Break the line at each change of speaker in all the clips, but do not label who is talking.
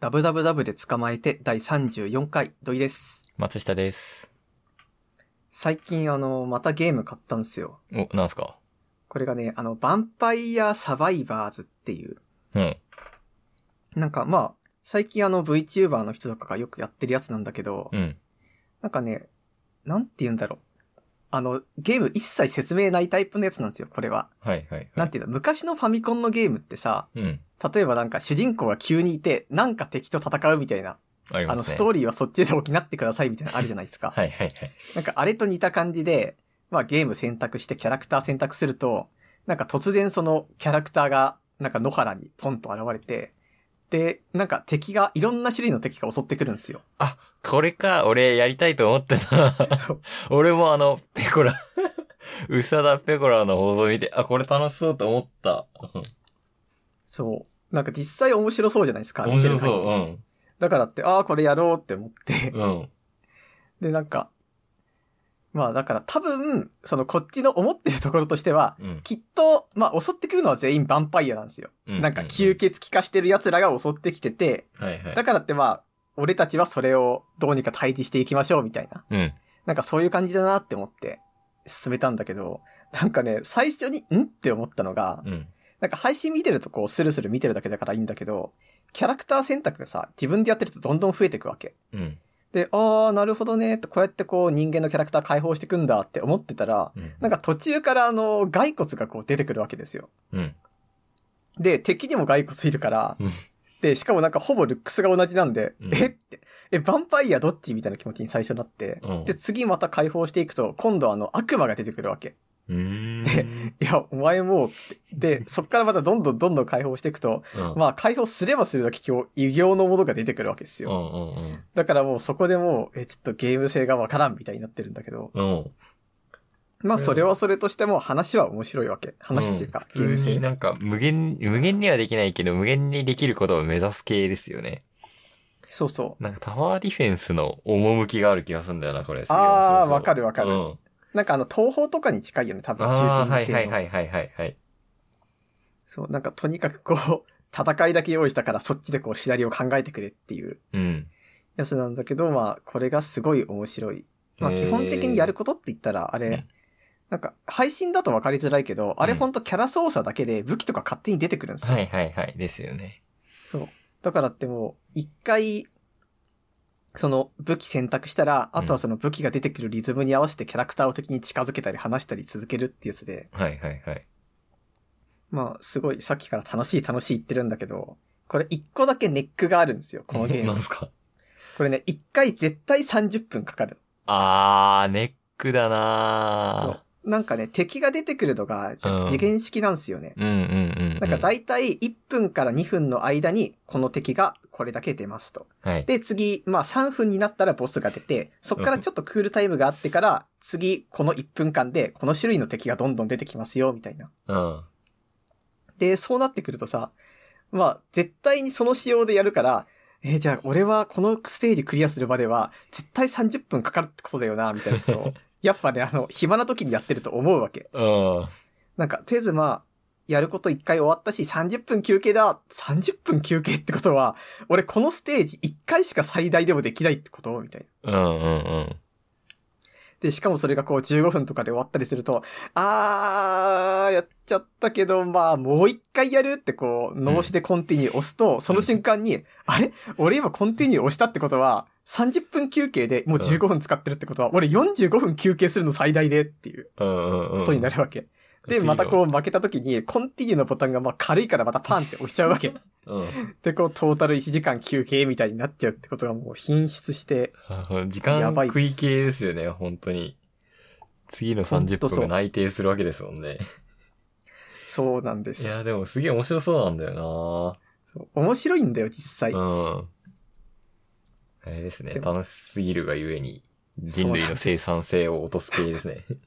ダブダブダブで捕まえて第34回、土井です。
松下です。
最近あの、またゲーム買ったんですよ。
お、なんすか
これがね、あの、ヴァンパイアサバイバーズっていう。
うん。
なんかまあ、最近あの VTuber の人とかがよくやってるやつなんだけど、
うん。
なんかね、なんて言うんだろう。あの、ゲーム一切説明ないタイプのやつなんですよ、これは。
はいはいは
なん
い。
ていうの、昔のファミコンのゲームってさ、
うん。
例えばなんか主人公が急にいて、なんか敵と戦うみたいな、
ありますね。
あの、ストーリーはそっちで補ってくださいみたいなのあるじゃないですか。
はいはいはい。
なんかあれと似た感じで、まあゲーム選択してキャラクター選択すると、なんか突然そのキャラクターが、なんか野原にポンと現れて、で、なんか敵が、いろんな種類の敵が襲ってくるんですよ。
あ、これか、俺やりたいと思ってた
そう。
俺もあの、ペコラ、 うさだペコラの放送見て、あ、これ楽しそうと思った。
そう。なんか実際面白そうじゃないですか。
面白
見てる限り
そ
だからって、ああ、これやろうって思って
う。う。ん。うん。
で、なんか、まあだから多分、そのこっちの思ってるところとしては、
うん。
きっと、まあ襲ってくるのは全員ヴァンパイアなんですよ。
う
なんか吸。血鬼化してる奴らが襲ってきてて、
はいはい
だ。からってまあ、俺たちはそれをどうにか退治していきましょうみたいな。
うん。
なんかそういう感じだなって思って進めたんだけど、なんかね、最初にんって思ったのが
う、ん。
なんか配信見てるとこうスルスル見てるだけだからいいんだけど、キャラクター選択がさ、自分でやってるとどんどん増えていくわけ。
うん。
で、あー、なるほどねって、こうやってこう人間のキャラクター解放してくんだって思ってたら、
うん。
なんか途中からあの、骸骨がこう出てくるわけですよ。
うん。
で、敵にも骸骨いるから
うん、
で、しかもなんかほぼルックスが同じなんで、
うん
えって、え、ヴァンパイアどっちみたいな気持ちに最初なって、
うん
で、次また解放していくと、今度あの、悪魔が出てくるわけ。
うーん。
いや、お前もうって、 で、そっからまたどんどんどんどん解放していくと、
うん、
まあ解放すればするだけ今日、異形のものが出てくるわけです
う
よ。
んうんうん。
だからもうそこでもう、え、ちょっとゲーム性がわからんみたいになってるんだけど、
うん。
まあそれはそれとしても話は面白いわけ。話っていうか、
うん
ゲーム
普通
性
に。なんか無限、無限にはできないけど、無限にできることを目指す系ですよね。
そうそう。
なんかタワーディフェンスの趣がある気がするんだよな、これ。
あー
そうそうそう
わかるわかる
うん、
なんかあの、東宝とかに近いよね、多分、シュー
あ
ティ
あー、
ング
は
系
い
の。
はいはいはいはいはい。
そう、なんかとにかくこう、戦いだけ用意したからそっちでこう、シナリオを考えてくれっていう
うん。
やつなんだけど、まあ、これがすごい面白い。まあ、
へー
基本的にやることって言ったら、あ
う
れ
ん、
なんか、配信だと分かりづらいけど、あれ
うん
ほんとキャラ操作だけで武器とか勝手に出てくるんですよ。
はいはいはい。ですよね。
そう。だからってもう、一回、その武器選択したら、あとはその武器が出てくるリズムに合わせてキャラクターを敵に近づけたり離したり続けるってやつで、
はいはいはい。
まあ、すごい、さっきから楽しい楽しい言ってるんだけど、これ一個だけネックがあるんですよ、このゲー
なん
ム。
すか
これね、一回絶対30分かかる。
あー、ネックだな
そう。なんかね、敵が出てくるのが、
うん
次元式なんですよね。
ー。うんうんうんうん。
なんか大体1分から2分の間に、この敵がこれだけ出ますと。
はい。
で、次、まあ3分になったらボスが出て、そっからちょっとクールタイムがあってから、次、この1分間で、この種類の敵がどんどん出てきますよ、みたいな。
うん。
で、そうなってくるとさ、まあ、絶対にその仕様でやるから、えーじゃあ俺はこのステージクリアするまでは、絶対30分かかるってことだよな、みたいなことを、やっぱね、あの、暇な時にやってると思うわけ。
うん。
なんか、とりあえずまあ、やること一回終わったし、30分休憩だ !30 分休憩ってことは、俺このステージ一回しか最大でもできないってことみたいな。
うんうんうん。
で、しかもそれがこう15分とかで終わったりすると、あー、やっちゃったけど、まあ、もう一回やるってこう、脳死でコンティニュー押すと、その瞬間に、あれ俺今コンティニュー押したってことは、30分休憩でもう15分使ってるってことは、俺45分休憩するの最大でっていう
うんうんうん。
ことになるわけ。で、
次の
またこう負けた時に、コンティニューのボタンがまあ軽いからまたパンって押しちゃうわけ。
うん。
で、こうトータル1時間休憩みたいになっちゃうってことがもう品質して、
あ時
や
間
ばい
食い系ですよね、本当に。次の
ほんと
30
そう
分が内定するわけですもんね。
そうなんで
いや、
す。
でもすげえ面白そうなんだよ
そう面白いんだよ、実際
な。うん。あれですね、
でも
楽しすぎるがゆえに、人類の生産性を落とす系ですね。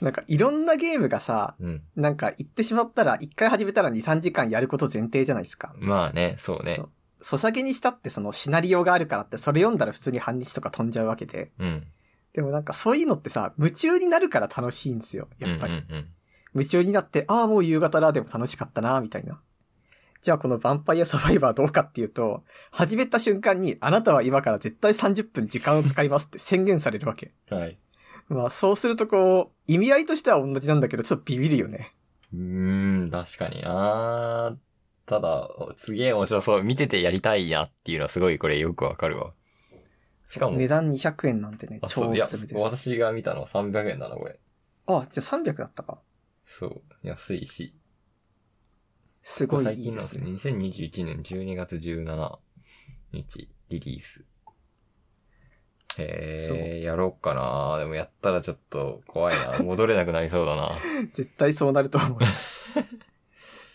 なんかいろんなゲームがさ、
うん。
なんか言ってしまったら、一回始めたら2、3時間やること前提じゃないですか。
まあね、そうね
そ。うソシャゲにしたってそのシナリオがあるからって、それ読んだら普通に半日とか飛んじゃうわけで。
うん。
でもなんかそういうのってさ、夢中になるから楽しいんですよ、やっぱり。
うんうんうん
夢中になって、ああ、もう夕方だ、でも楽しかったな、みたいな。じゃあこのヴァンパイアサバイバーどうかっていうと、始めた瞬間にあなたは今から絶対30分時間を使いますって宣言されるわけ。
はい。
まあそうするとこう、意味合いとしては同じなんだけど、ちょっとビビるよね。
うーん、確かになただ、すげえ面白そう。見ててやりたいなっていうのはすごいこれよくわかるわ。しかも、
値段200円なんてね、
あ
超
そう
お
いや
すすめです。あ、
私が見たのは300円だな、これ。
じゃあ300だったか。
そう、安いし。
すごい
最
いい
近
で
なん
す
です
ね。
ね。2021年12月17日リリース。へえ、やろうかなでもやったらちょっと怖い な。戻れなくなりそうだな。
絶対そうなると思い ます。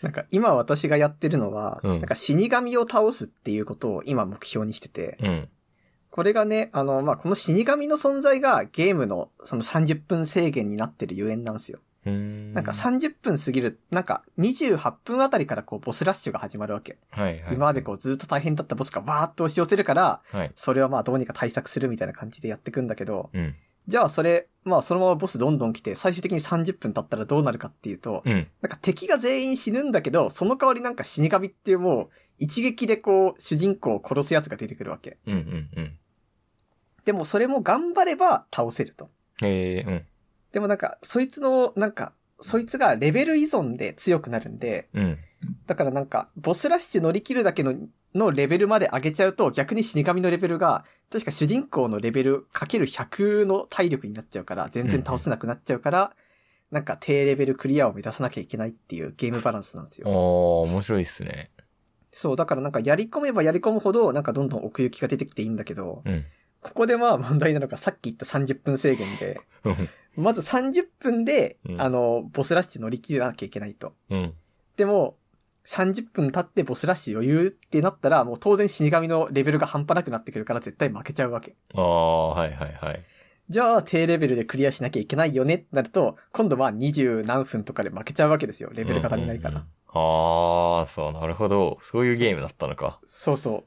なんか今私がやってるのは、
うん
なんか死神を倒すっていうことを今目標にしてて、
うん。
これがね、あの、まあ、この死神の存在がゲームのその30分制限になってるゆえんなんですよ。
うーん。
なんか、30分過ぎる、なんか28分あたりからこうボスラッシュが始まるわけ。
はいはい。
今までこうずっと大変だったボスがわーっと押し寄せるから、
はい。
それをまあどうにか対策するみたいな感じでやってくんだけど、
うん。
じゃあそれ、まあそのままボスどんどん来て最終的に30分経ったらどうなるかっていうと、
うん。
なんか敵が全員死ぬんだけど、その代わりなんか死神っていうもう一撃でこう主人公を殺すやつが出てくるわけ。
うんうんうん。
でもそれも頑張れば倒せると。
ええ
でもなんか、そいつの、なんか、そいつがレベル依存で強くなるんで、
うん。うん。
だからなんか、ボスラッシュ乗り切るだけの、のレベルまで上げちゃうと、逆に死神のレベルが、確か主人公のレベルかける100の体力になっちゃうから、全然倒せなくなっちゃうから、なんか低レベルクリアを目指さなきゃいけないっていうゲームバランスなんです
ああ、
よ。
面白いっすね。
そう、だからなんかやり込めばやり込むほど、なんかどんどん奥行きが出てきていいんだけど、
うん。
ここでまあ問題なのがさっき言った30分制限で、
うん
まず30分で、
うん
あの、ボスラッシュ乗り切らなきゃいけないと。
うん。
でも、30分経ってボスラッシュ余裕ってなったら、もう当然死神のレベルが半端なくなってくるから絶対負けちゃうわけ。
ああ、はいはいはい。
じゃあ、低レベルでクリアしなきゃいけないよねってなると、今度は20何分とかで負けちゃうわけですよ。レ
レ
ベルが足りないから。。
ああ、そう、なるほど。そういうゲームだったのか。
そうそ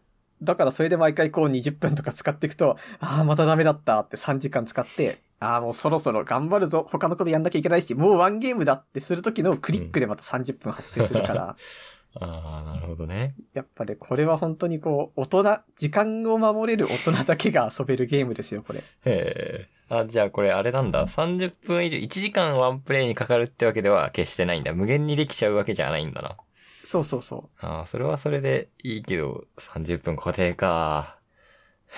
う。だからそれで毎回こう20分とか使っていくと、ああ、またダメだったって3時間使って、ああ、もうそろそろ頑張るぞ。他のことやんなきゃいけないし、もうワンゲームだってする時のクリックでまた30分発生するから、
ああ、なるほどね。
やっぱね、これは本当にこう、大人、時間を守れる大人だけが遊べるゲームですよ、これ。
へえ。あ、じゃあこれあれなんだ。30分以上、1時間ワンプレイにかかるってわけでは決してないんだ。無限にできちゃうわけじゃないんだな。
そうそうそ
ああ、それはそれでいいけど、30分固定か。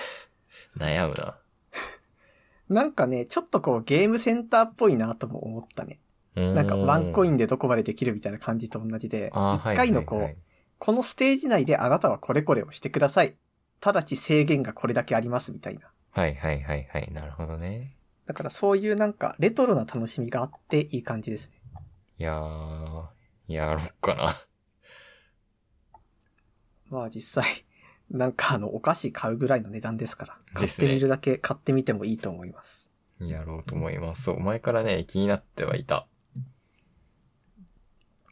悩むな。
う。なんかね、ちょっとこう、ゲームセンターっぽいなとも思ったね。なんかワンコイン
ン
でどこまでできるみたいな感じと同じで、
あ
一
ー
回のこう、
はいはいはい
このステージ内であなたはこれこれをしてください。ただし制限がこれだけありますみたいな。
はいはいはいはい。なるほどね。
だからそういうなんかレトロな楽しみがあっていい感じですね。
いやー、やろっかな。
まあ実際、なんかあのお菓子買うぐらいの値段ですから、買
で
っ
すね
てみるだけ買ってみてもいいと思います。
やろうと思います。そう、前からね、気になってはいた。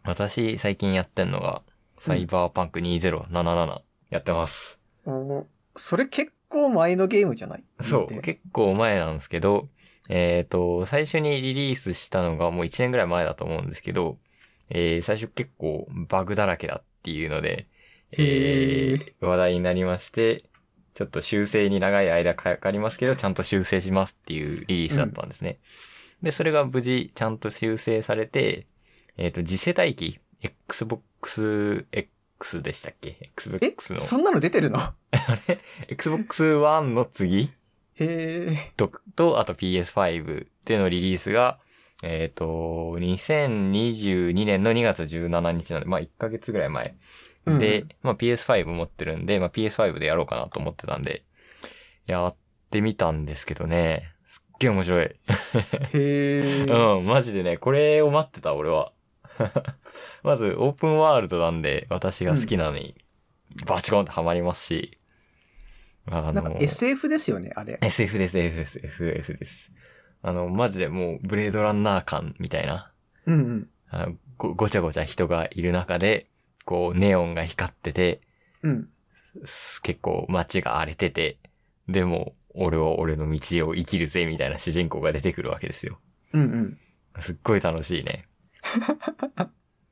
私、最近やってんのが、サイバーパンク2077やってます。
おそれ結構前のゲームじゃない
そう、結構前なんですけど、えっ、と、最初にリリースしたのがもう1年ぐらい前だと思うんですけど、えー最初結構バグだらけだっていうので、えー話題になりまして、ちょっと修正に長い間かかりますけど、ちゃんと修正しますっていうリリースだったんですね。で、それが無事ちゃんと修正されて、えっ、と、次世代機、Xbox X でしたっけ
え
?Xbox の、
そんなの出てるの
Xbox One の次
へえ。
と、と、あと PS5 でのリリースが、えっ、と、2022年の2月17日なんで、まあ1ヶ月ぐらい前。
うん
で、まあ PS5 持ってるんで、まあ PS5 でやろうかなと思ってたんで、やってみたんですけどね、すっげえ面白い。
へえ。
うん、マジでね、これを待ってた、俺は。 まず、オープンワールドなんで、私が好きなのに、バチコンってハマりますし、あ
なんか SF ですよね、あれ。
SF です、SF です、SF です。あの、マジでもう、ブレードランナー感みたいな。
うんうん。
あのごごちゃごちゃ人がいる中で、こう、ネオンが光ってて、
うん。
す結構街が荒れてて、でも、俺は俺の道を生きるぜ、みたいな主人公が出てくるわけですよ。
うんうん。
すっごい楽しいね。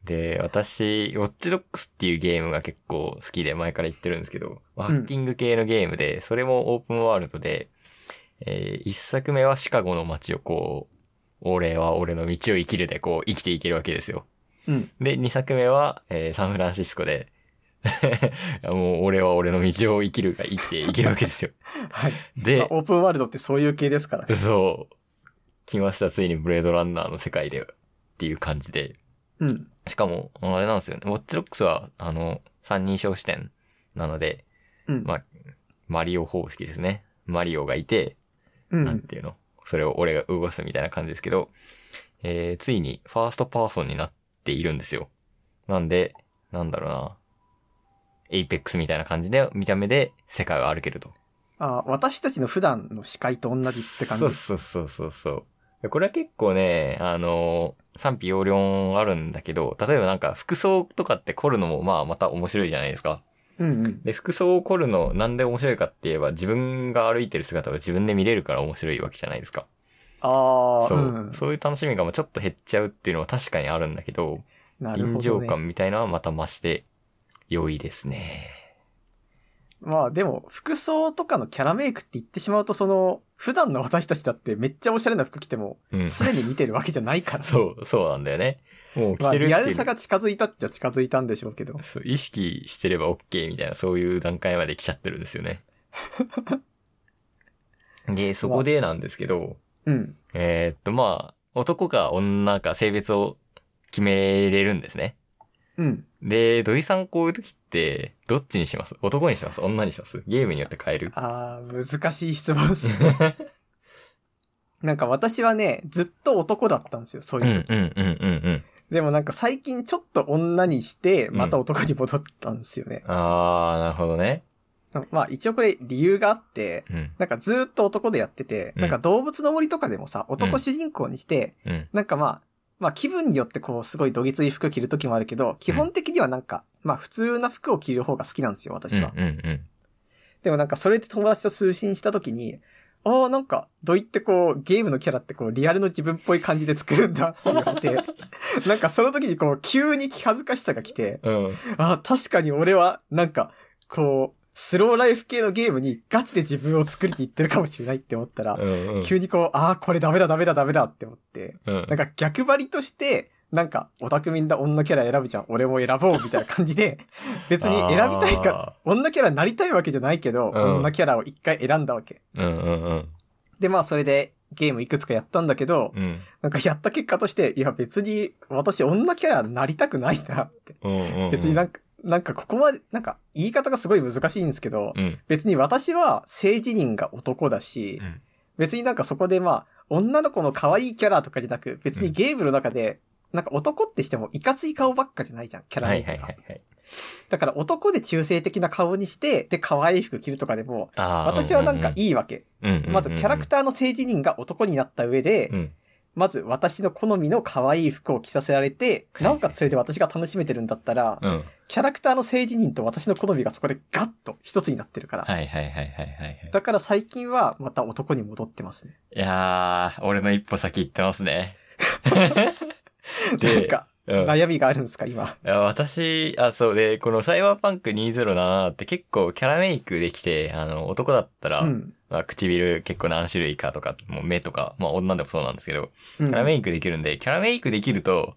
で、私、ウォッチドックスっていうゲームが結構好きで前から言ってるんですけど、まあハ
うん
ッキング系のゲームで、それもオープンワールドで、えー一作目はシカゴの街をこう、俺は俺の道を生きるでこう生きていけるわけですよ。
うん。
で、二作目は、えーサンフランシスコで、 もう俺は俺の道を生きるが生きていけるわけですよ。
はい。
で、
まあオープンワールドってそういう系ですからね。
そう。来ました、ついにブレードランナーの世界で、っていう感じで。
うん。
しかも、あれなんですよね。ウォッチドックスは、あの、三人称視点なので、
うん。
まあ、マリオ方式ですね。マリオがいて、
う
なん
ん。
ていうの、それを俺が動かすみたいな感じですけど、えー、ついにファーストパーソンになっているんですよ。なんで、なんだろうな。エイペックスみたいな感じで、見た目で世界を歩けると。
あ私たちの普段の視界と同じって感じ
そう。そうそうそうそうで。これは結構ね、あのー賛否両論あるんだけど、例えばなんか服装とかって凝るのもまあまた面白いじゃないですか。
うんうん。
で、服装を凝るのなんで面白いかって言えば自分が歩いてる姿を自分で見れるから面白いわけじゃないですか。
ああ、
そう、
うん。
そういう楽しみがもうちょっと減っちゃうっていうのは確かにあるんだけど、
なる
臨
ほ
場
ど、ね。
感みたいなのはまた増して良いですね。
まあでも、服装とかのキャラメイクって言ってしまうと、その、普段の私たちだってめっちゃおしゃれな服着ても、
うん。そ
常に見てるわけじゃないから。
う、そうなんだよね。もう
ま
着
あ、
てるっていう。
リアルさが近づいたっちゃ近づいたんでしょうけど。
そう、意識してれば OK みたいな、そういう段階まで来ちゃってるんです よね。で、そこでなんですけど、
うん。
えーっと、まあ、男か女か性別を決めれるんですね。
うん。
で、土井さんこういう時って、どっちにします男にします女にしますゲームによって変える
ああ、難しい質問っすね。なんか私はね、ずっと男だったんですよ、そう
うんう
い
ん
う
う
時。
んうんうん。
でもなんか最近ちょっと女にして、また男に戻ったんですよね。
あー、なるほどね。
まあ一応これ理由があって、
うん。
なんかずーっと男でやってて、
うん
なんか動物の森とかでもさ、男主人公にして、
うん。
なんかまあ、まあ気分によってこうすごいどぎつい服着る時もあるけど、基本的にはなんか、まあ普通な服を着る方が好きなんですよ、
う
私
ん
は。
うんうん。
でもなんかそれで友達と通信した時に、ああ、なんか、どういってこう、ゲームのキャラってこう、リアルの自分っぽい感じで作るんだって言われ て、なんかその時にこう、急に気恥ずかしさが来て、
うん。
ああ、確かに俺は、なんか、こう、スローライフ系のゲームにガチで自分を作りに行ってるかもしれないって思ったら、
うんうん。
急にこう、ああ、これダメだダメだダメだって思って、
うん
なんか逆張りとして、なんか、オタクみんな女キャラ選ぶじゃん。俺も選ぼうみたいな感じで、別に選びたいか、女キャラになりたいわけじゃないけど、
うん
女キャラを一回選んだわけ。
うんうんうん。
で、まあそれでゲームいくつかやったんだけど、
うん。
なんかやった結果として、いや別に私女キャラになりたくないなって。
うんうん。
別になん
か、
んか、なんかここまで、なんか言い方がすごい難しいんですけど、
うん。
別に私は性自認が男だし、
うん
別になんかそこでまあ、女の子の可愛いキャラとかじゃなく、別にゲームの中で、なんか男ってしてもいかつい顔ばっかじゃないじゃん、キャラ
は
メイ
い
クが。
はいはいはい。
だから男で中性的な顔にして、で、可愛い服着るとかでも、
あー
私はなんかいいわけ。
うんうんうん、
まずキャラクターの性自認が男になった上で、
うん。
まず私の好みの可愛い服を着させられて、
はい
なおかつそれで私が楽しめてるんだったら、
うん。
キャラクターの性自認と私の好みがそこでガッと一つになってるから。
はいはいはいはいはい。
だから最近はまた男に戻ってますね。
いやー、俺の一歩先行ってますね。で
なんか、
うん、
悩みがあるんですか、今。
いや私、あ、そうで、このサイバーパンク2077って結構キャラメイクできて、あの、男だったら、
うん。
まあ、唇結構何種類かとか、もう目とか、まあ女でもそうなんですけど、
うん
キャラメイクできるんで、キャラメイクできると、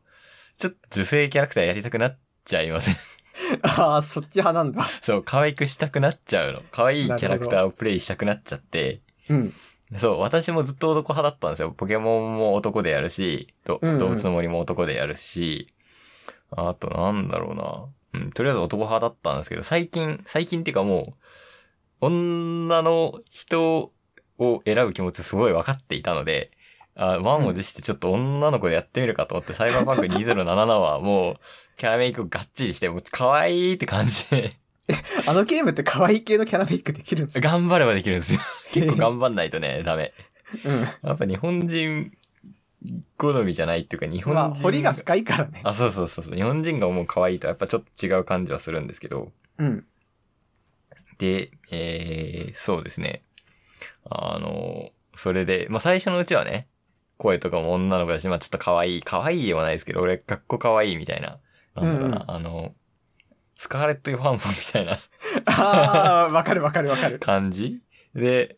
ちょっと女性キャラクターやりたくなっちゃいません。
ああ、そっち派なんだ。
そう、可愛くしたくなっちゃうの。可愛いキャラクターをプレイしたくなっちゃって、
うん。
そう、私もずっと男派だったんですよ。ポケモンも男でやるし、ど
うんうん
動物の森も男でやるし、あとなんだろうな。うん、とりあえず男派だったんですけど、最近、最近っていうかもう、女の人を選ぶ気持ちすごい分かっていたので、あ満を持してちょっと女の子でやってみるかと思って、サイバーパンク2077はもう、キャラメイクをがっちりして、もう可愛いって感じで、
あのゲームって可愛い系のキャラメイクできるんですか
頑張ればできるんです よ。 結構頑張んないとね、ダメ。
うん。
やっぱ日本人好みじゃないっていうか日本人。
まあ、彫りが深いからね。
あ、そうそうそうそう。日本人が思う可愛いとやっぱちょっと違う感じはするんですけど。
うん。
で、えー、そうですね。あの、それで、まあ最初のうちはね、声とかも女の子だし、まあちょっと可愛い、可愛いではないですけど、俺、学校可愛いみたいななんだろうな、
うん
あの、スカーレット・ヨハンソンみたいな
ああ、わかるわかるわか る。
感じで、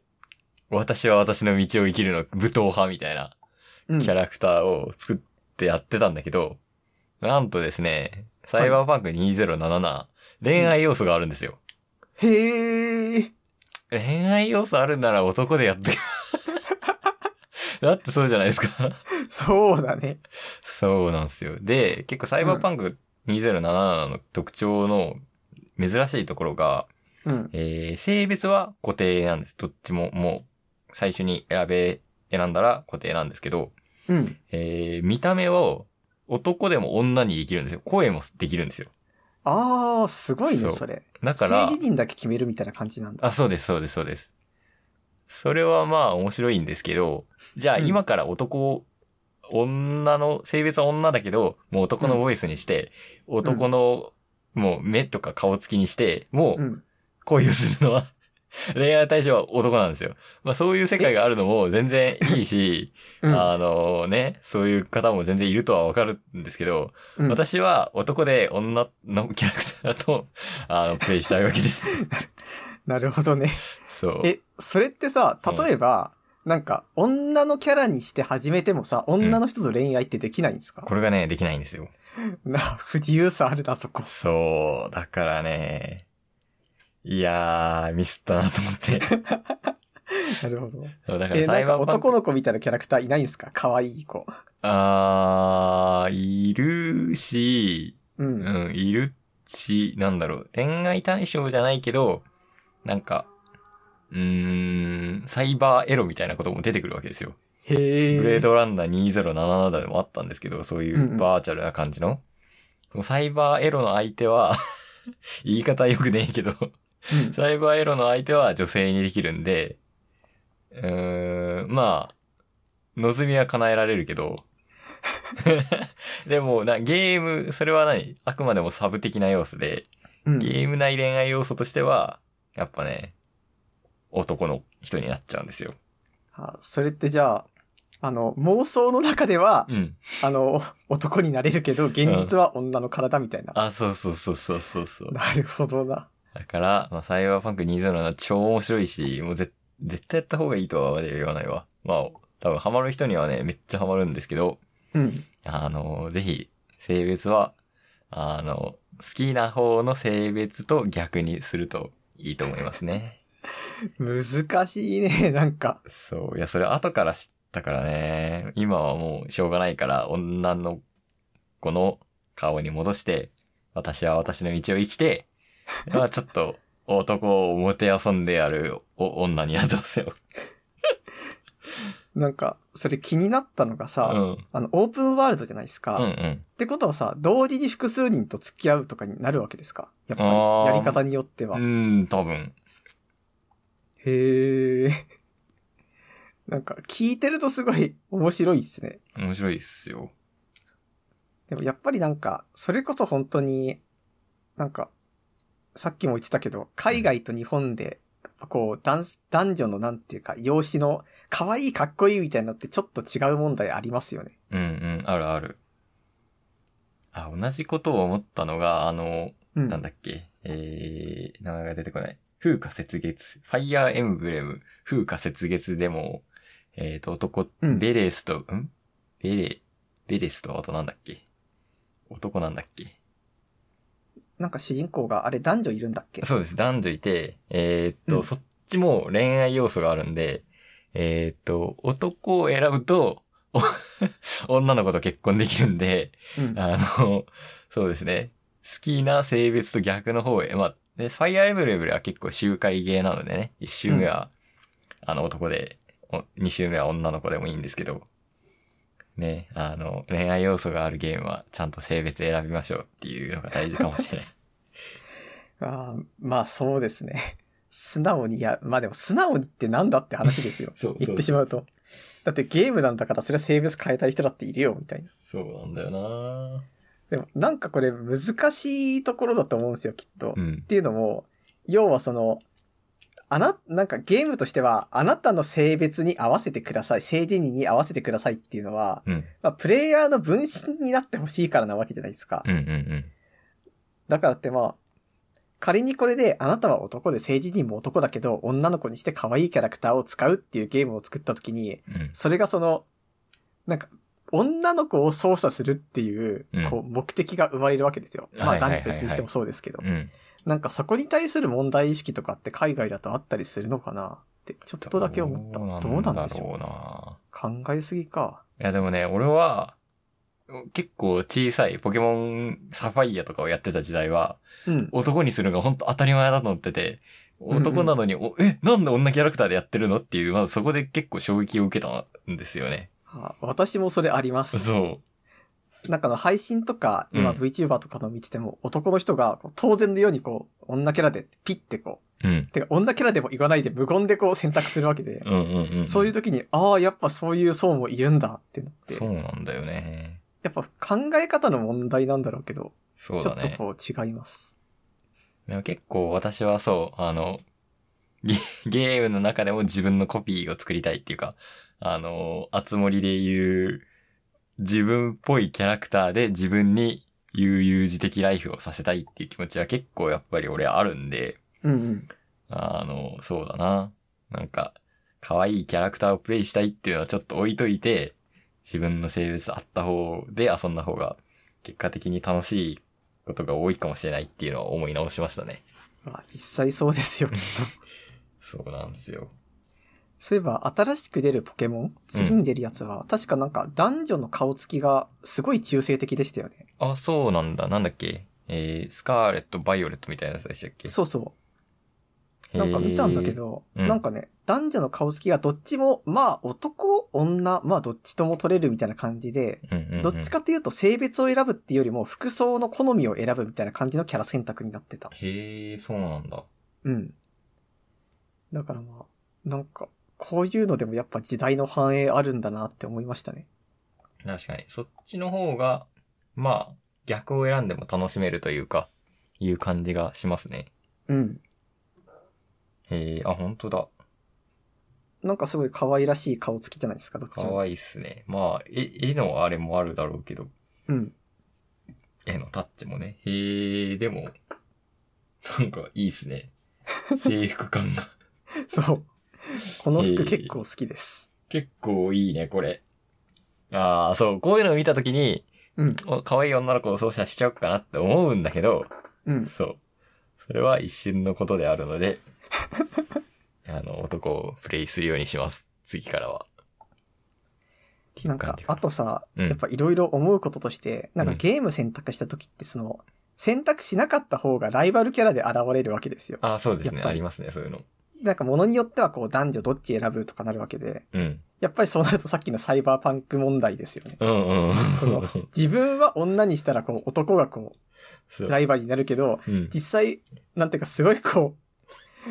私は私の道を生きるの武闘派みたいな
うん
キャラクターを作ってやってたんだけど、なんとですね、サイバーパンク2077、恋愛要素があるんですよ。
へえ。
恋愛要素あるなら男でやって。 だってそうじゃないですか。
そうだね。
そうなんですよ。で、結構サイバーパンク2077の特徴の珍しいところが、
うん。
えー性別は固定なんです。どっちももう最初に選べ、選んだら固定なんですけど、
うん。
えー見た目を男でも女にできるんですよ。声もできるんですよ。
ああ、すごい
そ
ね、
う
それ。
だか
正
ら
義、人だけ決めるみたいな感じなんだ。
あ、そうです、そうです、そうです。それはまあ面白いんですけど、じゃあ
うん
今から男を、女の、性別は女だけど、もう男のボイスにして、男の、もう目とか顔つきにして、も
う。
うん恋をするのは、 恋愛対象は男なんですよ。まあそういう世界があるのも全然いいし、
うん
あのね、そういう方も全然いるとはわかるんですけど、
うん、
私は男で女のキャラクターと、あの、プレイしたいわ けです。
なるほどね。
そう。
え、それってさ、例えば、なんか、女のキャラにして始めてもさ、女の人と恋愛ってできないんですか、
これがね、できないんですよ。
な、不自由さあるな、 そこ。
そう、だからね。いやー、ミスったなと思 って。
なるほど。
そうだから
え、
サ
な
イ
んか
バーパンク。
男の子みたいなキャラクターいないんですか可愛い子。
あー、いるし、
う。
うんん、いるし、なんだろう、恋愛対象じゃないけど、なんか、うーん、サイバーエロみたいなことも出てくるわけですよ。
へえ。
ブレードランナー2077でもあったんですけど、そうい
んう
うんうバーチャルな感じの。そのサイバーエロの相手は、 言い方は良くねえけど、
うん
サイバーエロの相手は女性にできるんで、うーん、まあ、望みは叶えられるけど、 でもな、ゲーム、それは何あくまでもサブ的な要素で、
うん。
ゲーム内恋愛要素としては、やっぱね、男の人になっちゃうんですよ。
あそれってじゃあ、あの、妄想の中では
う、ん。
あの、男になれるけど、現実は女の体みたいな。
あ、そうそうそうそうそうそう。
なるほどな。
だから、まあ、サイバーパンク2077超面白いし、もうぜ、絶対やった方がいいとは言わないわ。まあ、多分ハマる人にはね、めっちゃハマるんですけど、
うん。
あの、ぜひ、性別は、あの、好きな方の性別と逆にするといいと思いますね。
難しいね、なんか。
そう。いや、それ後から知ったからね、今はもうしょうがないから、女の子の顔に戻して、私は私の道を生きて、まあちょっと、男をもてあそんでやるお女になってますよ。
なんか、それ気になったのが
う
さ、
ん。うん
あの、オープンワールドじゃないですか。
う
っ
ん。
てことはさ、同時に複数人と付き合うとかになるわけですかやっぱ
あー
り、やり方によっては。
うん、多分。
へえ。 なんか、聞いてるとすごい面白いですね。
面白いっすよ。
でもやっぱりなんか、それこそ本当に、なんか、さっきも言ってたけど、海外と日本で、やっぱこう、男子男女のなんていうか、容姿の、可愛いかっこいいみたいなのってちょっと違う問題ありますよね。
うんうん、あるある。あ、同じことを思ったのが、あの、
うん。
なんだっけ、えー、名前が出てこない。風化雪月、ファイヤーエムブレム、風化雪月でも、えーと、男、
うん
ベレスと、んベレ、ベレスと、あとなんだっけ男なんだっけ
なんか主人公が、あれ男女いるんだっけ
そうです、男女いて、えーっと、
うん
そっちも恋愛要素があるんで、えーっと、男を選ぶと、お 女の子と結婚できるんで、
うん。
あの、そうですね。好きな性別と逆の方へ。まあ、で、ファイアーエムブレムは結構周回ゲーなのでね。一周目は、あの、男で、お二周目は女の子でもいいんですけど。ね、あの、恋愛要素があるゲームは、ちゃんと性別選びましょうっていうのが大事かもしれない。。
あーまあそうですね。素直に、いや、まあでも素直にってなんだって話ですよ
そう
言ってしまうと。だってゲームなんだからそれは性別変えたい人だっているよ、みたいな。
そうなんだよな
でもなんかこれ難しいところだと思うんですよ、きっと。
う
っ
ん。
ていうのも、要はその、あな、なんかゲームとしては、あなたの性別に合わせてください、性自認に合わせてくださいっていうのは、
うん。
まあ、プレイヤーの分身になってほしいからなわけじゃないですか。
うんうんうん。
だからってまあ、仮にこれであなたは男で政治人も男だけど女の子にして可愛いキャラクターを使うっていうゲームを作った時に、
うん。
それがその、なんか、女の子を操作するっていう
うん、
こう、目的が生まれるわけですよ。ま
は
あ、
いはいはい
男女
はい
別にしてもそうですけど
う。ん。
なんかそこに対する問題意識とかって海外だとあったりするのかなって、ちょっとだけ思った。どうなんでし
ど
ょ
う
う。
なんだろうな。
考えすぎか。
いやでもね、俺は、結構小さいポケモンサファイアとかをやってた時代は、
うん。
男にするのが本当当たり前だと思ってて、
んうん
男なのに、おえ、なんで女キャラクターでやってるのっていう、まずそこで結構衝撃を受けたんですよね。
あ私もそれあります。
そ
なんかあの配信とか、今
うん
VTuber とかの見てても、男の人がこう当然のようにこう、女キャラでピッてこ
う。うん
う、。てか女キャラでも言わないで無言でこう選択するわけで、
うんうんうん。
そういう時に、ああ、やっぱそういう層もいるんだってなって、
そうなんだよね。
やっぱ考え方の問題なんだろうけど、
そう
ちょ
だ
っと
ね。
こう違います。
でも結構私はそう、あの、ゲゲームの中でも自分のコピーを作りたいっていうか、あの、あつ森で言う、自分っぽいキャラクターで自分に悠々自適ライフをさせたいっていう気持ちは結構やっぱり俺あるんで、
うんうん。
あの、そうだな。なんか、可愛いキャラクターをプレイしたいっていうのはちょっと置いといて、自分の性別あった方で遊んだ方が、結果的に楽しいことが多いかもしれないっていうのは思い直しましたね。
まあ実際そうですよ、きっと。
そうなんですよ。
そういえば、新しく出るポケモン、次に出るやつは、確かなんか男女の顔つきがすごい中性的でしたよね。
あ、そうなんだ。なんだっけえー、スカーレット、バイオレットみたいなやつでしたっけ
そうそうう。なんか見たんだけ。ど、
へーうん
なんかね、男女の顔つきがどっちも、まあ男、女、まあどっちとも取れるみたいな感じで、
うんうんうん
どっち。かっていうと性別を選ぶっていうよりも服装の好みを選ぶみたいな感じのキャラ選択になってた。
へえ、そうなんだ。
うん。だからまあ、なんか、こういうのでもやっぱ時代の反映あるんだなって思いましたね。
確かに。そっちの方が、まあ、逆を選んでも楽しめるというか、いう感じがしますね。
うん。
へえ、あ、本当だ。
なんかすごい可愛らしい顔つきじゃないですか、どっち
可
も。
愛いっすね。まあ、絵、絵のあれもあるだろうけど、
うん。
絵のタッチもね。へえ、でも、なんかいいっす ね。制服感が。
そう。この
え
服
ー
結構好きです。
結構いいね、これ。ああ、そう、こういうのを見たときに、
うん。
お可愛い女の子を操作しちゃおうかなって思うんだけど、
うん。
そう。それは一瞬のことである ので、あの、男をプレイするようにします。次からは。っていう
なんか
感じ、
あとさ、
うん
やっぱいろいろ思うこととして、なん
う
か
ん
ゲーム選択した時ってその、選択しなかった方がライバルキャラで現れるわけですよ。
ああ、そうですね。
やっぱ
あ
り
りますね、そういうの。
なんか物によってはこう男女どっち選ぶとかなるわけで、
うん。
やっぱりそうなるとさっきのサイバーパンク問題ですよね。
うんうん。
その自分は女にしたらこう男がこ
そうう
ライバルになるけど、
うん。
実際、なんていうかすごいこ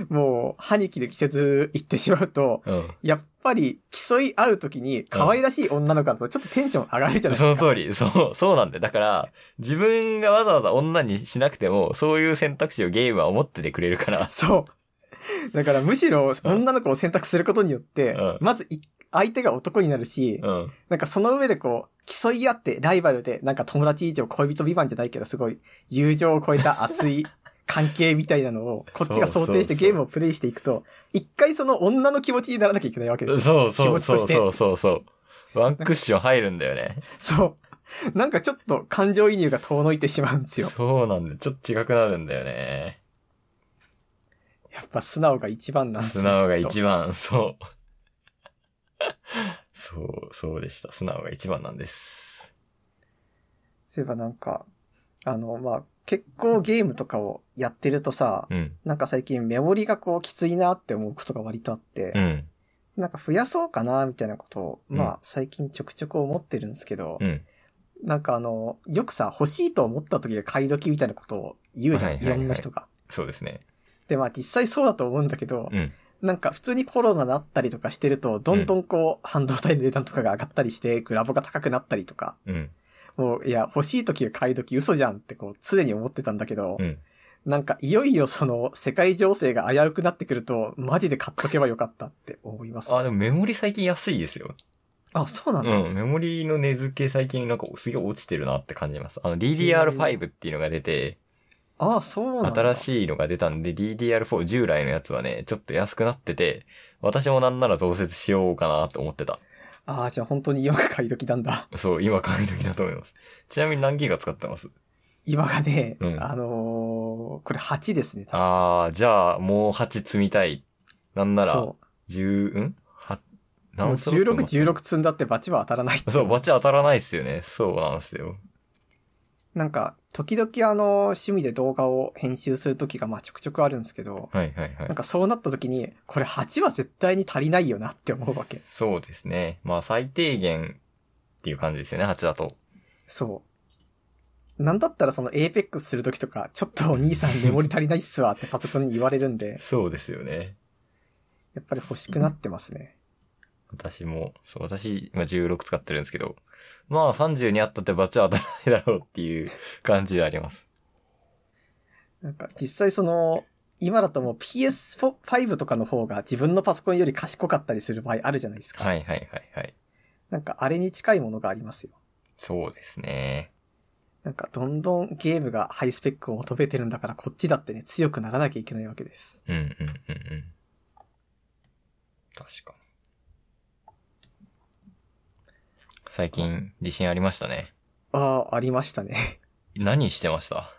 う、もう歯に切る季節行ってしまうと、
うん。
やっぱり競い合うときに可愛らしい女の子だとちょっとテンション上がるじゃない
そ
で
の
すか。
通り、そう、そうなんだよ。だから、自分がわざわざ女にしなくても、そういう選択肢をゲームは思っててくれるから、
そう。だからむしろ女の子を選択することによって、
うん
まずい相手が男になるし、
うん。
なんかその上でこう、競い合ってライバルで、なんか友達以上恋人未満じゃないけどすごい友情を超えた熱い関係みたいなのをこっちが想定して
そうそうそう
ゲームをプレイしていくと、一回その女の気持ちにならなきゃいけないわけですよ。
そう
気
そう
持ち
そ
と
う
して
そうそうそう。ワンクッション入るんだよね。
そう。なんかちょっと感情移入が遠の いてしまうんですよ。
そうなんだよ。ちょっと違くなるんだよね。
やっぱ素直が一番なんですね
素直が
きっと
一番、そう。そう、そうでした。素直が一番なんです。
そういえばなんか、あの、まあ、結構ゲームとかをやってるとさ、
うん。
なんか最近メモリがこうきついなって思うことが割とあって
う、ん。
なんか増やそうかなみたいなことを、
うん
まあ最近ちょくちょく思ってるんですけど
う、ん。
なんかあの、よくさ、欲しいと思った時が買い時みたいなことを言うじゃ
は
ん、い
いはいは
ろ
い
んな人が。
そうですね。
で、まあ実際そうだと思うんだけど、
うん。
なんか普通にコロナだったりとかしてると、どんどんこう、半導体の値段とかが上がったりして、グラボが高くなったりとか、
うん。
もう、いや、欲しい時が買い時嘘じゃんってこう、常に思ってたんだけど、
うん。
なんかいよいよその、世界情勢が危うくなってくると、マジで買っとけばよかったって思います。
あ、でもメモリ最近安いですよ。
あ、そうなんだ。
うん。メモリの値付け最近なんかすげえ落ちてるなって感じます。あの DDR5 っていうのが出て、
ああ、そうなんだ。
新しいのが出たんで、DDR4 従来のやつはね、ちょっと安くなってて、私もなんなら増設しようかなと思ってた。
ああ、じゃあ本当に今が買い時なんだ。
そう、今買い時だと思います。ちなみに何ギガ使ってます
今がね、
うん
あのーこれ8ですね、確か
あー、じゃあ、もう8積みたい。なんなら、
そう。
10、ん
も
は
う
何スロット
16、16積んだってバチは当たらないってい
そう、バチ当たらないっすよね。そうなんですよ。
なんか、時々あの、趣味で動画を編集する時がまあちょくちょくあるんですけど、
はいはいは
なん
い。
かそうなった時に、これ8は絶対に足りないよなって思うわけ。
そうですね。まあ、最低限っていう感じですよね、8だと。
そう。なんだったらその APEX する時とか、ちょっとお兄さんメモリ足りないっすわってパソコンに言われるんで、
そうですよね。
やっぱり欲しくなってますね。
私も、そう、私、今16使ってるんですけど、まあ32あったってバチは当たらないだろうっていう感じであ ります。
なんか実際その、今だともう PS5 とかの方が自分のパソコンより賢かったりする場合あるじゃないですか。
はいはいはいはい。
なんかあれに近いものがありますよ。
そうですね。
なんかどんどんゲームがハイスペックを求めてるんだからこっちだってね強くならなきゃいけないわけです。
うんうんうんうん。確かに。最近、自信ありましたね。
ああ、ありましたね。
何してました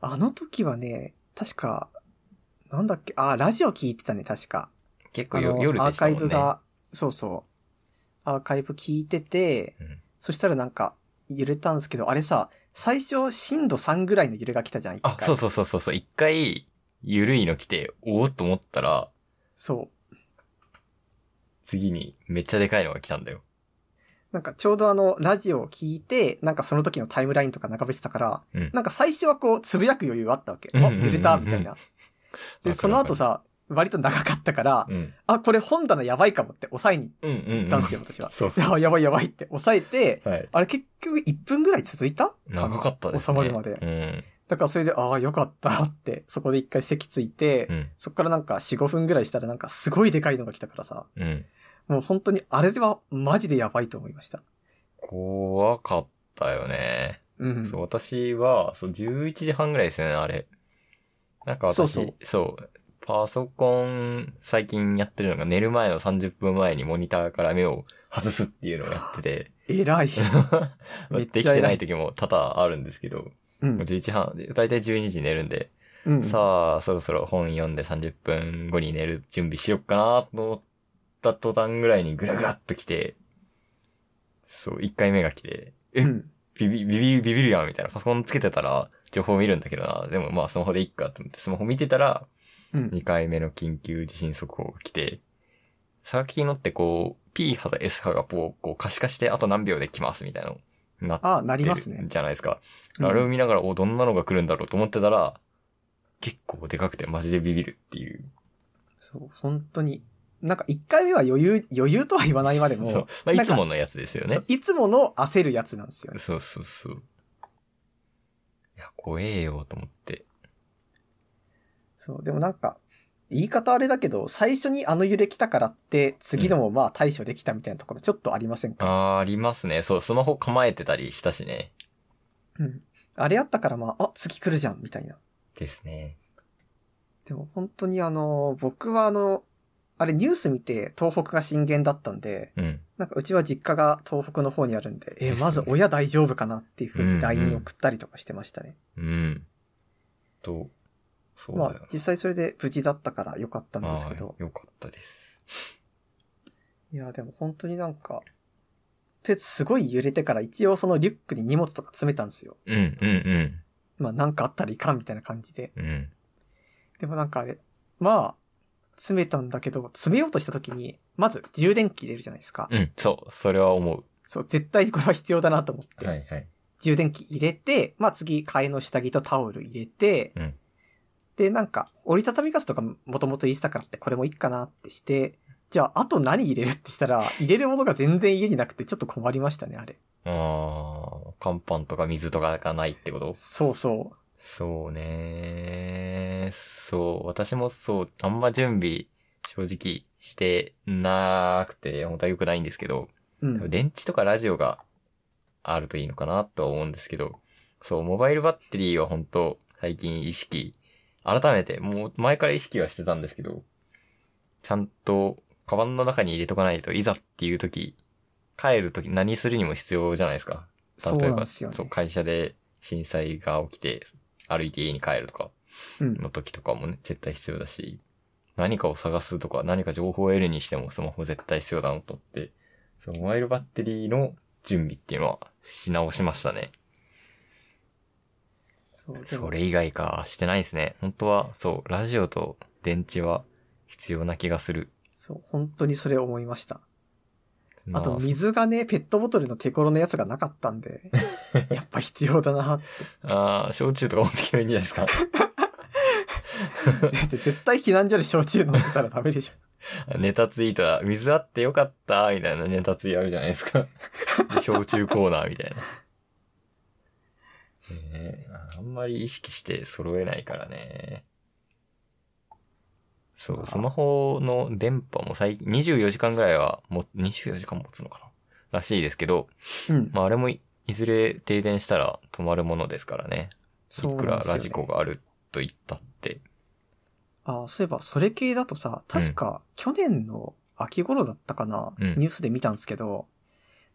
あの時はね、確か、なんだっけ、ああ、ラジオ聞いてたね、確か。
結構
あ
よ
の、
夜
ア
で
ー
した
カイ
もん
ブ
ね。
が、そうそう。アーカイブ聞いてて、
うん
そしたらなんか揺れたんですけど、あれさ、最初震度3ぐらいの揺れが来たじゃん、一回
あ、そうそうそうそうそう。一回、ゆるいの来て、おおっと思ったら、
そう。
次にめっちゃでかいのが来たんだよ。
なんかちょうどあの、ラジオを聞いて、なんかその時のタイムラインとか眺めてたから、
うん
なんか最初はこう、つぶやく余裕あったわけ。
うんうん
あ、
うんうん
揺れたみたいな。
か
で、
る
その後さ、割と長かったから、
うん。
あ、これ本棚やばいかもって抑えに
うんうん、う
行
ん。
ったんですよ、私は。
そう。
あ、やばいやばいって抑えて、
はい。
あれ結局1分ぐらい続いた
長かったですね。
収まるまで
うん。
だからそれで、ああ、よかったって、そこで一回席ついて、
うん。
そっからなんか4、5分ぐらいしたらなんかすごいでかいのが来たからさ、
うん。
もう本当にあれではマジでやばいと思いました。
怖かったよね。
うん。
そう、私は、そう、11時半ぐらいですよね、あれ。なんか私、
そ
そうう
そう
パソコン、最近やってるのが寝る前の30分前にモニターから目を外すっていうのをやって て、
偉い。め
で
っ
き
ちゃ偉い
てない時も多々あるんですけど、も
う。
うん11時半、だいたい12時に寝るんで、
うん、
さあ、そろそろ本読んで30分後に寝る準備しよっかなと思った途端ぐらいにぐらぐらっと来て、そう、1回目が来て、え
うん。
ビビ、ビビる、ビビるやんみたいな。パソコンつけてたら情報見るんだけどな。でもまあスマホでいっかと思って、スマホ見てたら
うん。
2回目の緊急地震速報が来て、先のってこう、P 波と S 波がこう、こう可視化してあと何秒で来ますみたいなのなっ
ああ、なり
て
ますね
る。じゃないですか。
うん
あれを見ながら、お、どんなのが来るんだろうと思ってたら、結構でかくてマジでビビるっていう。
そう、本当に。なんか1回目は余裕、余裕とは言わないまで
そう。
も、
まあ、
なんか
いつものやつですよね
そう。いつもの焦るやつなんですよね。
そうそうそう。いや、怖えよと思って。
そう、でもなんか、言い方あれだけど、最初にあの揺れ来たからって、次のもまあ対処できたみたいなところちょっとありませんか、
あー、ありますね。そう、スマホ構えてたりしたしね。
うん。あれあったからまあ、あ、次来るじゃん、みたいな。
ですね。
でも本当にあの、僕はあの、あれニュース見て東北が震源だったんで、
うん。
なんかうちは実家が東北の方にあるんで、え、まず親大丈夫かなっていうふう
うんう
に
ん
LINE 送ったりとかしてましたね。
うん。と、そうだ
ま
よ
あ、実際それで無事だったから良かったんですけど
あ。ーよかったです。
いや、でも本当になんか、とりあえずすごい揺れてから一応そのリュックに荷物とか詰めたんですよ。
うん、うん、
まあなんかあったらいかんみたいな感じで。
うん。うん。
でもなんかあれ、まあ、詰めたんだけど、詰めようとした時に、まず充電器入れるじゃないですか。
うん、そう、それは思
そう、絶対にこれは必要だなと思って。
う。はい、はい。
充電器入れて、まあ次、替えの下着とタオル入れて、
うん
で、なんか、折りたたみ傘とかもともと入れてたからって、これもいいかなってして、じゃあ、あと何入れるってしたら、入れるものが全然家になくて、ちょっと困りましたね、あれ。
ああ、乾パンとか水とかがないってこと
そうそ
そうね。そう。私もそう、あんま準備、正直、してなくて、本当は良くないんですけど、
う。う
多分
ん。
電池とかラジオがあるといいのかなとは思うんですけど、そう、モバイルバッテリーは本当最近意識、改めて、もう前から意識はしてたんですけど、ちゃんと、カバンの中に入れとかないといざっていう時、帰る時何するにも必要じゃないですか。例
そ
え
う
ば、
なんですよね。
そう会社で震災が起きて、歩いて家に帰るとか、
うん。
の時とかもね、絶対必要だし、何かを探すとか、何か情報を得るにしてもスマホ絶対必要だなと思って、そのモバイルバッテリーの準備っていうのはし直しましたね。
そうでも
それ以外か、してないですね。本当は、そう、ラジオと電池は必要な気がする。
そう、本当にそれ思いました。
ま
あと、水がね、ペットボトルの手頃のやつがなかったん で、やっぱ必要だなって。
あー焼酎とか持ってきればいいんじゃないですか。
だって絶対避難所で焼酎飲んでたらダメでしょ。
ネタツイートだ。水あってよかった、みたいなネタツイあるじゃないです か。で焼酎コーナーみたいな。ねえあんまり意識して揃えないからね。そう、スマホの電波も最近、24時間ぐらいはも、24時間持つのかならしいですけど、
うん。
まああれもいいずれ停電したら止まるものですからね。いくらラジコ
が。
があると言ったって。
あそういえば、それ系だとさ、確か去年の秋頃だったかな、
うん
ニュースで見たんですけど、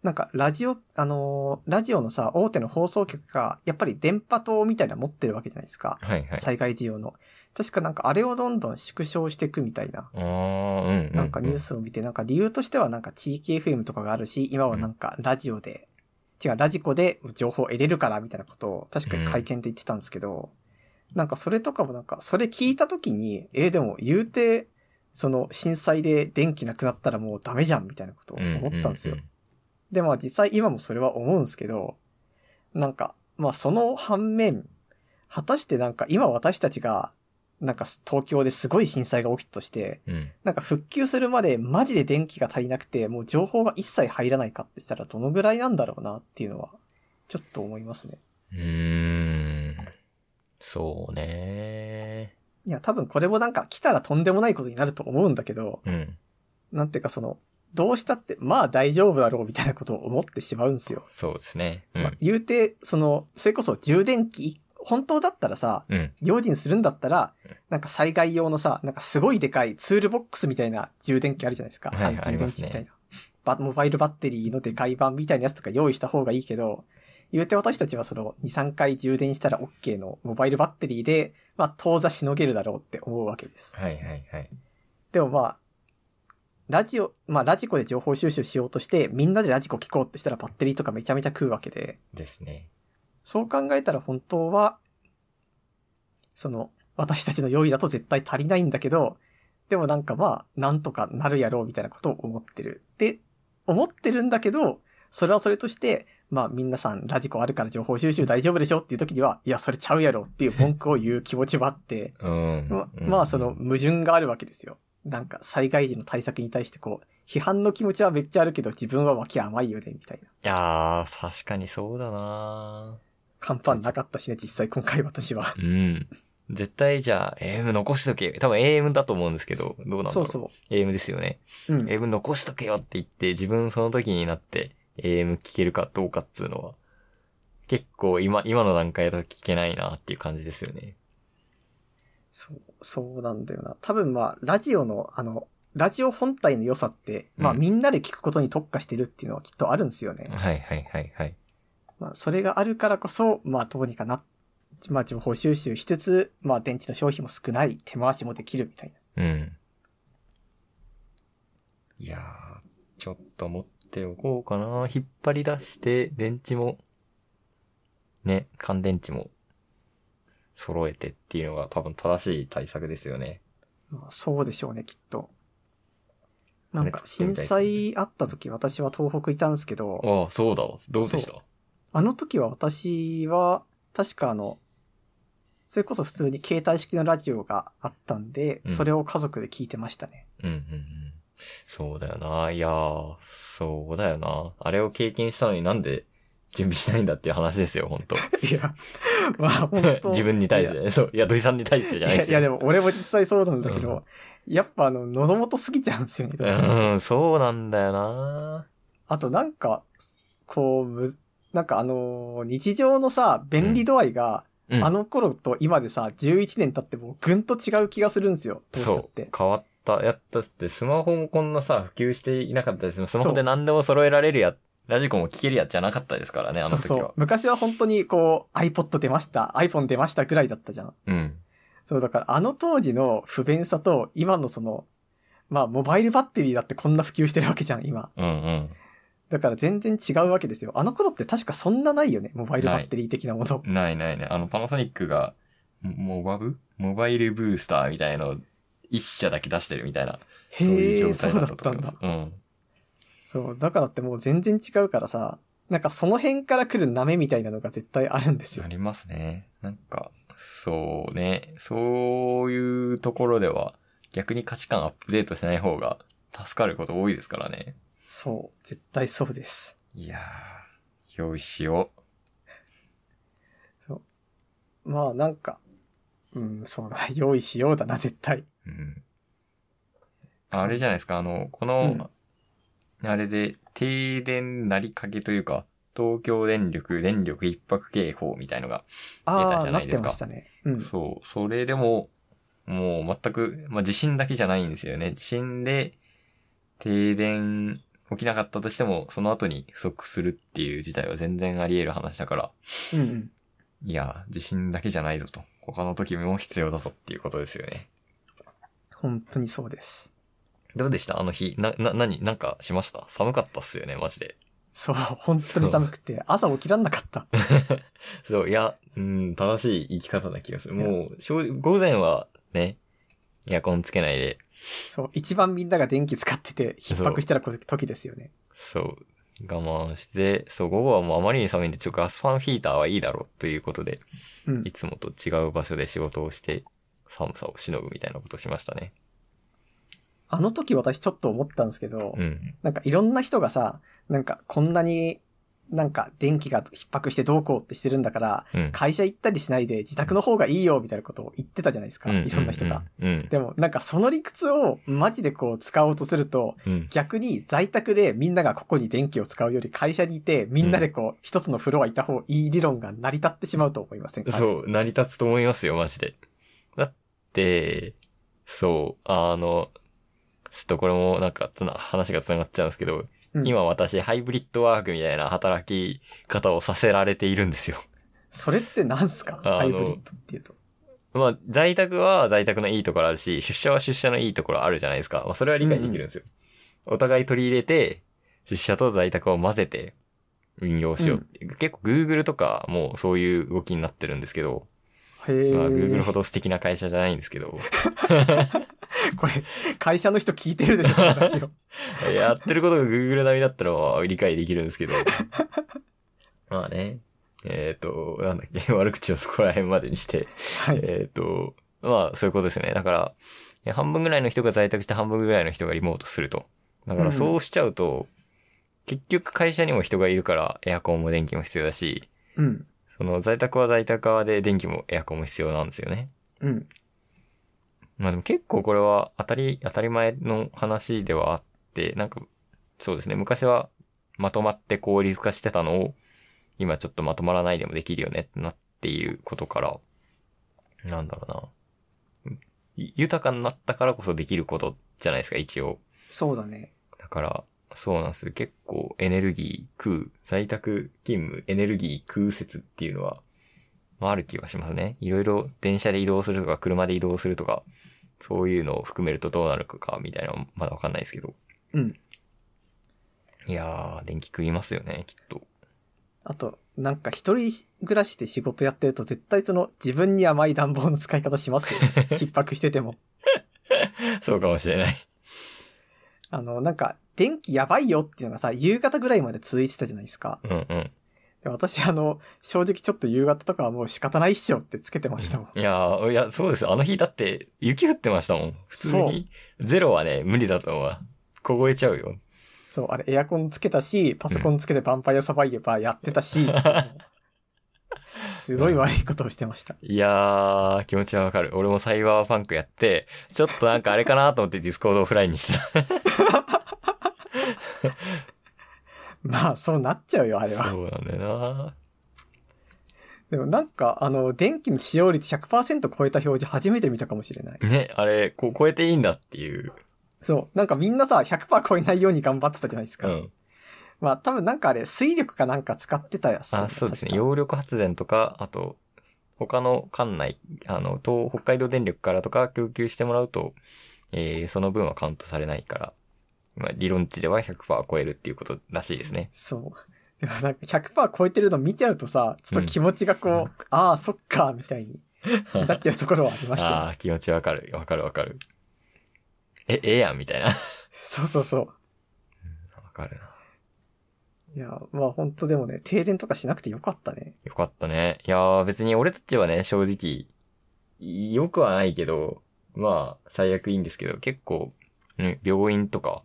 なんかラジオ、あのーラジオのさ、大手の放送局が、やっぱり電波塔みたいなの持ってるわけじゃないですか。
はいはい。
災害時用の。確かなんかあれをどんどん縮小していくみたいな。
ああ、うん、うん。
なんかニュースを見て、なんか理由としてはなんか地域 FM とかがあるし、今はなんかラジオで、違う、ラジコで情報を得れるからみたいなことを確かに会見で言ってたんですけど、なんかそれとかもなんか、それ聞いたときに、えーでも言うて、その震災で電気なくなったらもうダメじゃんみたいなことを思ったんですよ
ううう。
で、まあ実際今もそれは思うんですけど、なんか、まあその反面、果たしてなんか今私たちが、なんか東京ですごい震災が起きたとして、
うん。
なんか復旧するまでマジで電気が足りなくて、もう情報が一切入らないかってしたらどのぐらいなんだろうなっていうのは、ちょっと思いますね。
うーん。そうね。
いや、多分これもなんか来たらとんでもないことになると思うんだけど、
うん。
なんていうかその、どうしたって、まあ大丈夫だろうみたいなことを思ってしまうんですよ。
そうですね。うん。
まあ、言うて、その、それこそ充電器、本当だったらさ、
うん。
用心するんだったら
うん、
なんか災害用のさ、なんかすごいでかいツールボックスみたいな充電器あるじゃないですか。
はいはい
あの充電器みた
あ
い
り
な。ばモバイルバッテリーのでかい版みたいなやつとか用意した方がいいけど、言うて私たちはその2、3回充電したら OK のモバイルバッテリーで、まあ当座しのげるだろうって思うわけです。
はいはいはい。
でもまあ、ラジオ、まあラジコで情報収集しようとして、みんなでラジコ聞こうってしたらバッテリーとかめちゃめちゃ食うわけで、
ですね。
そう考えたら本当は、その、私たちの用意だと絶対足りないんだけど、でもなんかまあ、なんとかなるやろうみたいなことを思ってる。で、思ってるんだけど、それはそれとして、まあ皆さんラジコあるから情報収集大丈夫でしょっていう時には、いや、それちゃうやろっていう文句を言う気持ちもあって、
うん。
ま
うん
まあその、矛盾があるわけですよ。なんか災害時の対策に対してこう、批判の気持ちはめっちゃあるけど自分は脇甘いよね、みたいな。
いやー、確かにそうだな
乾パンなかったしね、実際今回私は。
うん。絶対じゃあ、AM 残しとけよ。多分 AM だと思うんですけど、どうなんだ
そ
ろう。
うそう。
AM ですよね。
うん。
AM 残しとけよって言って、自分その時になって AM 聞けるかどうかっつうのは、結構今、今の段階だと聞けないなっていう感じですよね。
そう、そうなんだよな。多分まあ、ラジオの、あの、ラジオ本体の良さって、まあ
うん
みんなで聞くことに特化してるっていうのはきっとあるんですよね。
はいはいはいはい。
まあそれがあるからこそ、まあどうにかな、まあ情報収集しつつ、まあ電池の消費も少ない、手回しもできるみたいな。
うん。いやー、ちょっと持っておこうかな。引っ張り出して、電池も、ね、乾電池も、揃えてっていうのが多分正しい対策ですよね。
まあそうでしょうね、きっと。なん
あ
か
れ作
震
ってみたいですね
災あった時私は東北いたんですけど、
ああ、そうだわ。どうでした
あの時は私は、確かあの、それこそ普通に携帯式のラジオがあったんで、
うん
それを家族で聞いてましたね。
うんうんうん。そうだよな。いやー、そうだよな。あれを経験したのになんで準備しないんだっていう話ですよ、本当
いや、まあ本当
自分に対して。そう。いや、土井さんに対してじ
い
ゃないで
や。
す
い
よ
やでも俺も実際そうなんだけど、やっぱあの、喉元過ぎちゃうんですよね。どうしても
うん、そうなんだよな。
あとなんか、こうむ、なんかあのー日常のさ、便利度合いが、
うん
あの頃と今でさ、11年経ってもうぐんと違う気がするんですよ、どうしたっ
そ
て
う。。変わった。やったって、スマホもこんなさ、普及していなかったです。スマホで何でも揃えられるや、ラジコンも聞けるやつじゃなかったですからね、あ
そ
の
う
時は。
そう。昔は本当にこう、iPod 出ました、iPhone 出ましたぐらいだったじゃん。
うん。
そう、だからあの当時の不便さと、今のその、まあ、モバイルバッテリーだってこんな普及してるわけじゃん、今。
うんうん。
だから全然違うわけですよ。あの頃って確かそんなないよね、モバイルバッテリー的なもの。
ないないない。あの、パナソニックが、モモバブモバイルブースターみたいのを一社だけ出してるみたいな、そう
へえ、
いう状
そ
態
うだ
だっ
った
と
たん
思いま
だ
す。。うん。
そう、だからってもう全然違うからさ、なんかその辺から来る舐めみたいなのが絶対あるんですよ
あ。りますね。なんか、そうね。そういうところでは、逆に価値観アップデートしない方が助かること多いですからね。
そう、絶対そうです。
いやー、用意しよ
まあなんか、うん、そうだ、用意しようだな、絶対。
う。うん。あれじゃないですか、あの、この、あれで、停電なりかけというか、東京電力電力一泊警報みたいのが、出
あ
た
あ
じ
ー、
ゃ
な
な
っ
いで
て
すか
ましたね。うん。
そう、それでも、もう全く、まあ、地震だけじゃないんですよね。地震で、停電起きなかったとしても、その後に不足するっていう事態は全然あり得る話だから、
うんうん。
いや、地震だけじゃないぞと。他の時も必要だぞっていうことですよね。
本当にそうです。
どうでしたあの日。な、な、何なんかしました寒かったっすよね、マジで。
そう、本当に寒くて、朝起きらんなかった。
そう、いや、うん、正しい言い方な気がする。もう、正午前はね、エアコンつけないで、
そう、一番みんなが電気使ってて、逼迫したらこ時ですよね。
そう。我慢して、そう、午後はもうあまりに寒いんで、ちょっとガスファンヒーターはいいだろうということで、
うん
い。つもと違う場所で仕事をして、寒さをしのぐみたいなことをしましたね。
あの時私ちょっと思ったんですけど、
うん。
なんかいろんな人がさ、なんかこんなに、なんか電気が逼迫してどうこうってしてるんだから、
うん。
会社行ったりしないで自宅の方がいいよみたいなことを言ってたじゃないですか、いろんな人が。。
うん。
でもなんかその理屈をマジでこう使おうとすると、
うん。
逆に在宅でみんながここに電気を使うより会社にいてみんなでこう一つのフロアいた方がいい理論が成り立ってしまうと思いませんか
そう、成り立つと思いますよ、マジで。だって、そう、あの、ちょっとこれもなんかつな、話が繋がっちゃうんですけど、
うん
今私、ハイブリッドワークみたいな働き方をさせられているんですよ。
それってなんすか
あの
ハイブリッドっていうと。
まあ、在宅は在宅のいいところあるし、出社は出社のいいところあるじゃないですか。まあ、それは理解できるんですよ。お互い取り入れて、出社と在宅を混ぜて運用しようっていう、結構 Google とかもそういう動きになってるんですけど、
へ
まあ、Google
ー
ほど素敵な会社じゃないんですけど、
これ、会社の人聞いてるでしょ、このラジ オ
やってることが Google 並みだったらまあ理解できるんですけど、 まあね、えっ、と、なんだっけ、 悪口をそこら辺までにして、
はい。
えっ、と、まあ、そういうことですね。だから、いや半分ぐらいの人が在宅して半分ぐらいの人がリモートすると。だからそうしちゃうと、結局会社にも人がいるからエアコンも電気も必要だし、
うん。
その在宅は在宅側で電気もエアコンも必要なんですよね。
うん。
まあでも結構これは当たり、当たり前の話ではあって、なんか、そうですね、昔はまとまって効率化してたのを、今ちょっとまとまらないでもできるよねってなっていることから、なんだろうな。ゆ豊かになったからこそできることじゃないですか、一応。
そうだね。
だから、そうなんですよ。結構エネルギー食う、在宅勤務、エネルギー食う説っていうのは、まあある気はしますね。いろいろ電車で移動するとか、車で移動するとか、そういうのを含めるとどうなるかか、みたいなのはまだわかんないですけど。
うん。
いやー、電気食いますよね、きっと。
あと、なんか一人暮らしで仕事やってると絶対その自分に甘い暖房の使い方しますよ。 逼迫してても。
そうかもしれない。
あの、なんか、電気やばいよっていうのがさ、夕方ぐらいまで続いてたじゃないですか。
うんうん。
で私、あの、正直ちょっと夕方とかはもう仕方ないっしょってつけてましたもん。
いやー、いや、そうです。あの日だって雪降ってましたもん。普通に。ゼロはね、無理だと思うわ。凍えちゃうよ。
そう、あれエアコンつけたし、パソコンつけてヴァンパイアサバイバーやってた し、すごい悪いことをしてました。
いやー、気持ちはわかる。俺もサイバーパンクやって、ちょっとなんかあれかなと思ってディスコードオフラインにしてた。
まあ、そうなっちゃうよ、あれは。
そうなんだよな
でもなんか、あの、電気の使用率100%超えた表示初めて見たかもしれない。
ね、あれ、こう超えていいんだっていう。
そう。なんかみんなさ、100%超えないように頑張ってたじゃないです
う
か。
ん。
まあ多分なんかあれ、水力かなんか使ってたやつ。
あ、そうですね。
確か
揚力発電とか、あと、他の管内、あの、東、北海道電力からとか供給してもらうと、えー、その分はカウントされないから、まあ、理論値では100%超えるっていうことらしいですね。
そう。でもなんか100%超えてるの見ちゃうとさ、ちょっと気持ちがこう、
うん
ああ、そっか、みた いになっちゃうところはありましたね、
ああー、気持ちわかる。わかるわかる。え、ええやん、みたいな。わ
そうそうそう。
かるな。
いや、まあ本当でもね、停電とかしなくてよかったね。
よかったね。いやー、別に俺たちはね、正直、良くはないけど、まあ、最悪いいんですけど、結構、ね、病院とか、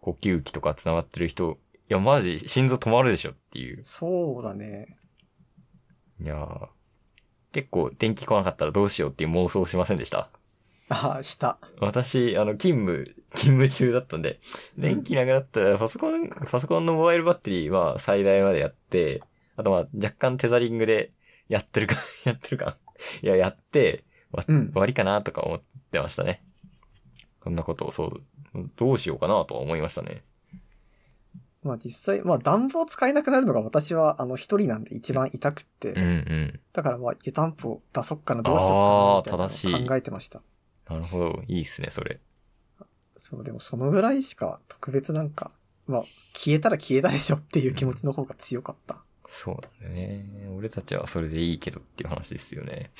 呼吸器とか繋がってる人、いや、マジ、心臓止まるでしょっていう。
そうだね。
いやー、結構、電気来なかったらどうしようっていう妄想しませんでした。
ああ、した。
私、あの、勤務、 勤務中だったんで、電気なくなったら、パソコン、パソコンのモバイルバッテリーは最大までやって、あとまあ、若干テザリングでやってるか、 やってるか。いや、やって、わ
うん
終わりかなとか思ってましたね。こんなことを、そう、どうしようかなとは思いましたね。
まあ実際、まあ暖房使えなくなるのが私は、あの、一人なんで一番痛くって、
うんうん。
だからまあ湯たんぽ出そっかな、どうしようかな、
あー
みたいなのを考えてました。
なるほど。いいっすね、それ。
そう、でもそのぐらいしか特別なんか、まあ、消えたら消えたでしょっていう気持ちの方が強かった。
そうなんだよね。俺たちはそれでいいけどっていう話ですよね。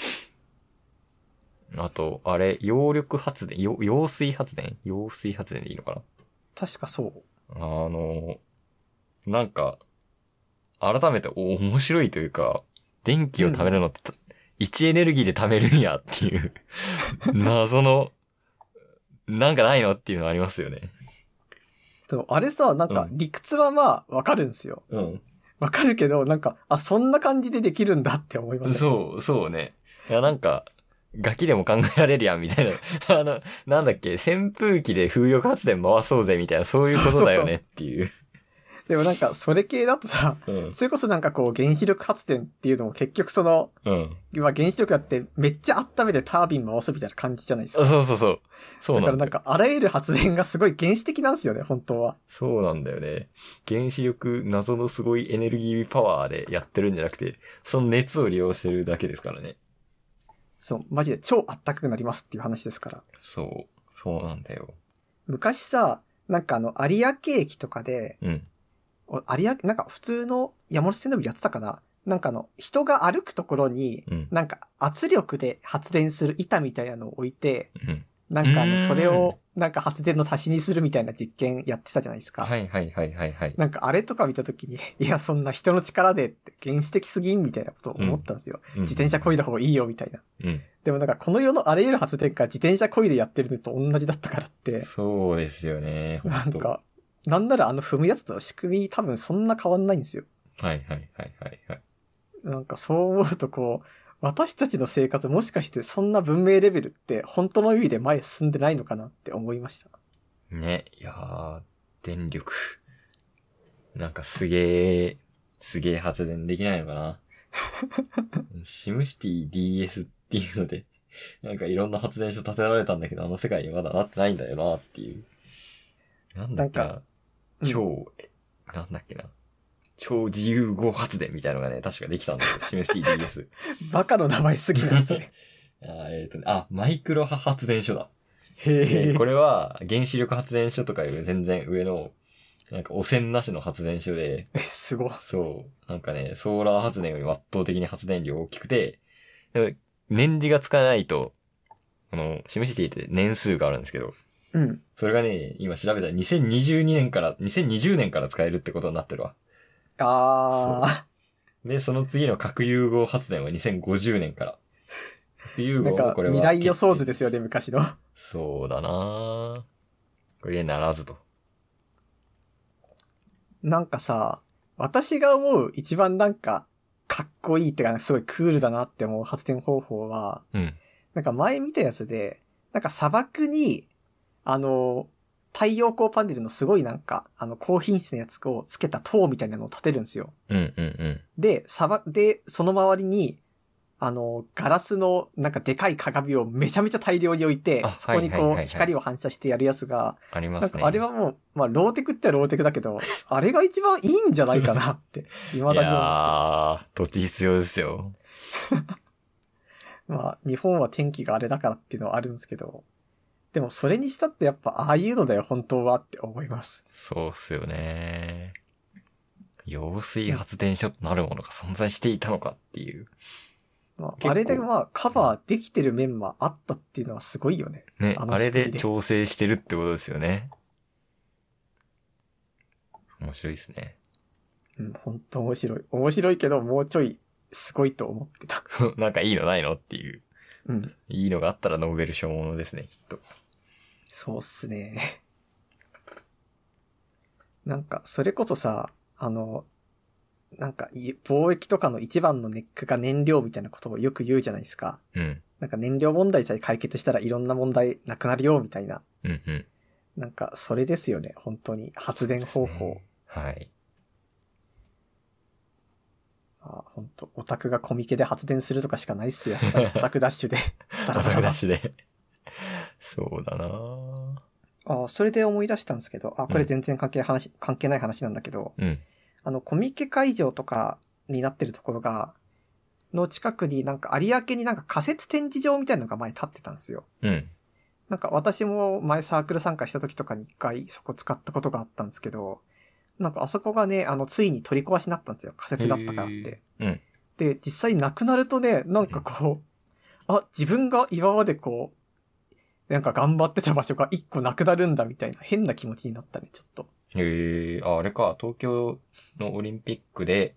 あと、あれ、揚力発電、揚揚水発電揚水発電でいいのかな
確かそう。
あの、なんか、改めてお面白いというか、電気を貯めるのってた、一エネルギーで貯めるんやって いう、謎の、なんかないのっていうのありますよね。
でもあれさ、なんか
うん
理屈はまあわかるんですよ。
うん。
わかるけど、なんか、あ、そんな感じでできるんだって思いますう。
そう、そうね。いや、なんか、ガキでも考えられるやん、み たいな。あの、なんだっけ、扇風機で風力発電回そうぜ、みたいな、そういうことだよねっていう。
でもなんか、それ系だとさ、
うん。
それこそなんかこう、原子力発電っていうのも結局その、
うん。
まあ原子力だってめっちゃ温めてタービン回すみたいな感じじゃないです
あ
か。
そうそうそう。そう
だか
な
ら
ん
な
だ
んか、あらゆる発電がすごい原始的なんですよね、本当は。
そうなんだよね。原子力、謎のすごいエネルギーパワーでやってるんじゃなくて、その熱を利用してるだけですからね。
そう、マジで超あったかくなりますっていう話ですから。
そう。そうなんだよ。
昔さ、なんかあの、有明駅とかで、
うん。
お有明、なんか普通の山手線でもやってたかななんかあの、人が歩くところに、
うん。
なんか圧力で発電する板みたいなのを置いて、
うん。
なんかあ
う
の、
ーん
それを、なんか発電の足しにするみたいな実験やってたじゃないですか。
はいはいはいはいはい。
なんかあれとか見たときに、 いや、そんな人の力でって原始的すぎんみたいなことを思ったんですよ。自転車漕いだ方がいいよみたいな。
うん。
でもなんかこの世のあらゆる発電が自転車漕いでやってるのと同じだったからって、
そうですよね。ほ
なん
と
か、なんならあの踏むやつと仕組み多分そんな変わんないんですよ。
はいはいはいはいはい。
なんかそう思うとこう、私たちの生活もしかしてそんな文明レベルって本当の意味で前進んでないのかなって思いました。
ね、いやー、電力。なんかすげー、すげー発電できないの かな。シムシティ DS っていうので、なんかいろんな発電所建てられたんだけど、あの世界にまだなってないんだよなっていう。なんだっけ
な
な、
うん
超、えなんだっけな。超自由号発電みたいのがね、確かできたんだよ。シムシテ ィ DS。
バカの名前すぎないそれ。
あーえっ、とね、あ、マイクロ波発電所だ。
へ
で
え。
これは原子力発電所とかより全然上の、なんか汚染なしの発電所で、
すごい。
そう、なんかね、ソーラー発電より圧倒的に発電量大きくて、でも年次がつかないと、あの、示していて年数があるんですけど、
うん。
それがね、今調べたら2022年から、2020年から使えるってことになってるわ。
あ
で、その次の核融合発電は2050年から。核融
ー。な
合
ん
は
か
これは。
未来予想図ですよね、昔の。
そうだなぁこれならずと。
なんかさ、私が思う一番なんか、かっこいいってか、すごいクールだなって思う発電方法は、
うん。
なんか前見たやつで、なんか砂漠に、あの、太陽光パネルのすごいなんか、あの、高品質のやつをつけた塔みたいなのを建てるんですよ。
うんうんうん。
で、さば、で、その周りに、あの、ガラスの、なんかでかい鏡をめちゃめちゃ大量に置いて
あ、
そこに
はい
こ
はいは
う、
いはい
光を反射してやるやつが、
ありま
なん
すね。
かあれはもう、まあ、ローテクっちゃローテクだけ ど、あれが一番いいんじゃないかなって、未だに思っ
い
て
や
ま
ー、土地必要ですよ。
す。まあ、日本は天気があれだからっていうのはあるんですけど、でもそれにしたってやっぱ、ああいうのだよ、本当はって思います。
そうっすよね。揚水発電所となるものが存在していたのかっていう。
まあ、
結構
あれでまあ、カバーできてる面もあったっていうのはすごいよね。
ね、
あ
あ
の
れ
仕組み
で
で
調整してるってことですよね。面白いですね。
うん、本当面白い。面白いけど、もうちょい、すごいと思ってた。
なんかいいのないのっていう。
うん。
いいのがあったらノーベル賞ものですね、きっと。
そうっすね。 なんか、それこそさ、あの、なんかい、貿易とかの一番のネックが燃料みたいなことをよく言うじゃないですか。
うん。
なんか燃料問題さえ解決したらいろんな問題なくなるよ、みたいな。
うんうん。
なんか、それですよね、本当に。発電方法。
はい。
あ、本当オタクがコミケで発電するとかしかないっす よ。やっぱりオタクダッシュで。ダラ
ダ
ダ
メ
ラ
出しで。 そうだなぁ
あ、それで思い出したんですけど、あ、これ全然関係話、関係ない話なんだけど、
うん。
あの、コミケ会場とかになってるところが、の近くになんか有明になんか仮設展示場みたいなのが前立ってたんですよ。
うん。
なんか私も前サークル参加した時とかに一回そこ使ったことがあったんですけど、なんかあそこがね、あの、ついに取り壊しになったんですよ。仮設だったからっ
へー
て。
うん。
で、実際なくなるとね、なんかこう、あ、自分が今までこう、なんか頑張ってた場所が一個なくなるんだみたいな変な気持ちになったね、ちょっと。
えー、あ、あれか、東京のオリンピックで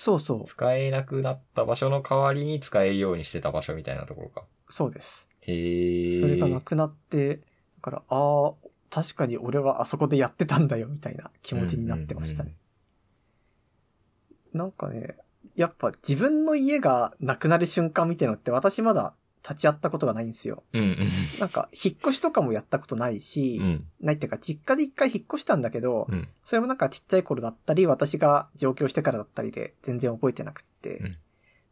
そうそ
使えなくなった場所の代わりに使えるようにしてた場所みたいなところか。
う、そうです。
へー。
それがなくなって、だから、ああ、確かに俺はあそこでやってたんだよ、みたいな気持ちになってましたね。なんかね、やっぱ自分の家がなくなる瞬間みたいのって私まだ立ち会ったことがないんですよ。
うん
なんか、引っ越しとかもやったことないし、
うん。うん。
ないっていうか、実家で一回引っ越したんだけど、
うん。
それもなんかちっちゃい頃だったり、私が上京してからだったりで全然覚えてなくって。
うん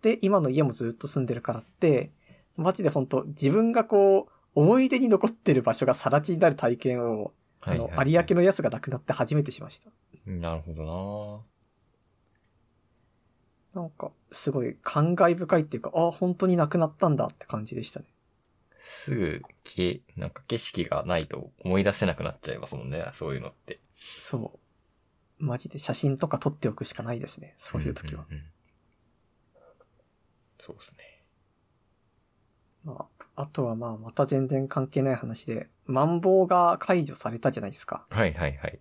で、今の家もずっと住んでるからって、マジで本当自分がこう、思い出に残ってる場所が更地になる体験を、あの、
はいはい
有明のやつがなくなって初めてしました。
なるほど
なんか、すごい感慨深いっていうか、ああ、本当になくなったんだって感じでしたね。
なすぐ、け、なんか景色がないと思い出せなくなっちゃいますもんね、そういうのって。
そう。マジで写真とか撮っておくしかないですね。そういう時は。
んうんうんそうですね。
まあ、あとはまあ、また全然関係ない話で、マンボウが解除されたじゃないですか。
はいはいはい。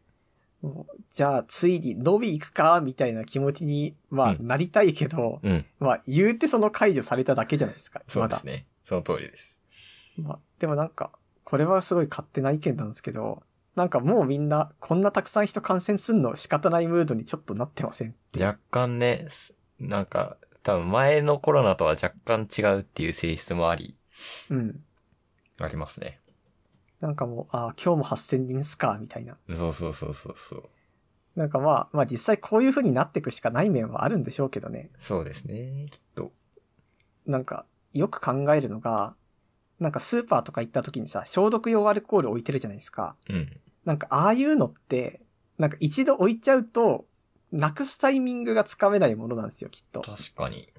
もうじゃあ、ついに飲み行くか、みたいな気持ちに、まあ、
うん
なりたいけど、
うん。
まあ、言うてその解除されただけじゃないですか、
そ
ま
うで
だ
す。ね。その通りです。
まあ、でもなんか、これはすごい勝手な意見なんですけど、なんかもうみんな、こんなたくさん人感染すんの仕方ないムードにちょっとなってません。
若干ね、すなんか、多分前のコロナとは若干違うっていう性質もあり、
うん。
ありますね。
なんかもう、ああ、今日も8000人っすか、みたいな。
そうそうそうそうそう。
なんかまあ、まあ実際こういう風になっていくしかない面はあるんでしょうけどね。
そうですね、きっと。
なんか、よく考えるのが、なんかスーパーとか行った時にさ、消毒用アルコール置いてるじゃないですか。
うん。
なんか、ああいうのって、なんか一度置いちゃうと、なくすタイミングがつかめないものなんですよ、きっと。
確かに。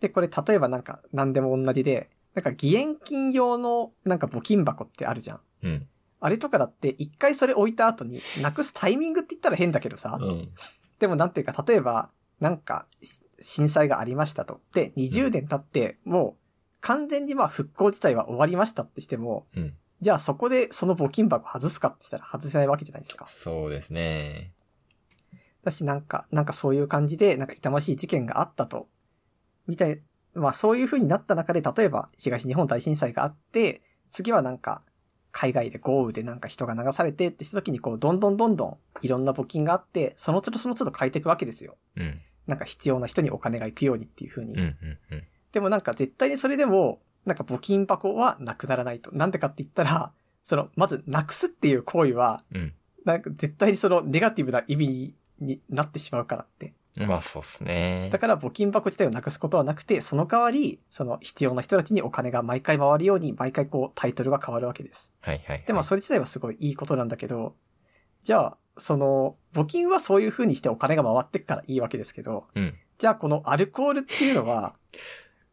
で、これ例えばなんか、何でも同じで、なんか義援金用の、なんか募金箱ってあるじゃん。
うん。
あれとかだって、一回それ置いた後に、なくすタイミングって言ったら変だけどさ、
うん。
でもなんていうか、例えば、なんか、し震災がありましたと。で、20年経って、もう、完全にまあ復興自体は終わりましたってしても、
うん。
じゃあそこでその募金箱外すかってしたら外せないわけじゃないですか。
そうですね。
だし、なんか、なんかそういう感じで、なんか痛ましい事件があったと。みたい、まあそういう風になった中で、例えば東日本大震災があって、次はなんか、海外で豪雨でなんか人が流されてってした時に、こう、どんどんどんどんいろんな募金があって、その都度その都度変えていくわけですよ。
うん。
なんか必要な人にお金が行くようにっていう風に。
うん。うん。うん。
でもなんか絶対にそれでも、なんか募金箱はなくならないと。なんでかって言ったら、その、まずなくすっていう行為は、
うん
なんか絶対にそのネガティブな意味になってしまうからって。
まあそうっすね
だ。から募金箱自体をなくすことはなくて、その代わり、その必要な人たちにお金が毎回回るように、毎回こうタイトルが変わるわけです。
はいはいはい。
で、まあそれ自体はすごいいいことなんだけど、じゃあ、その、募金はそういう風にしてお金が回ってくからいいわけですけど、
うん。
じゃあこのアルコールっていうのは、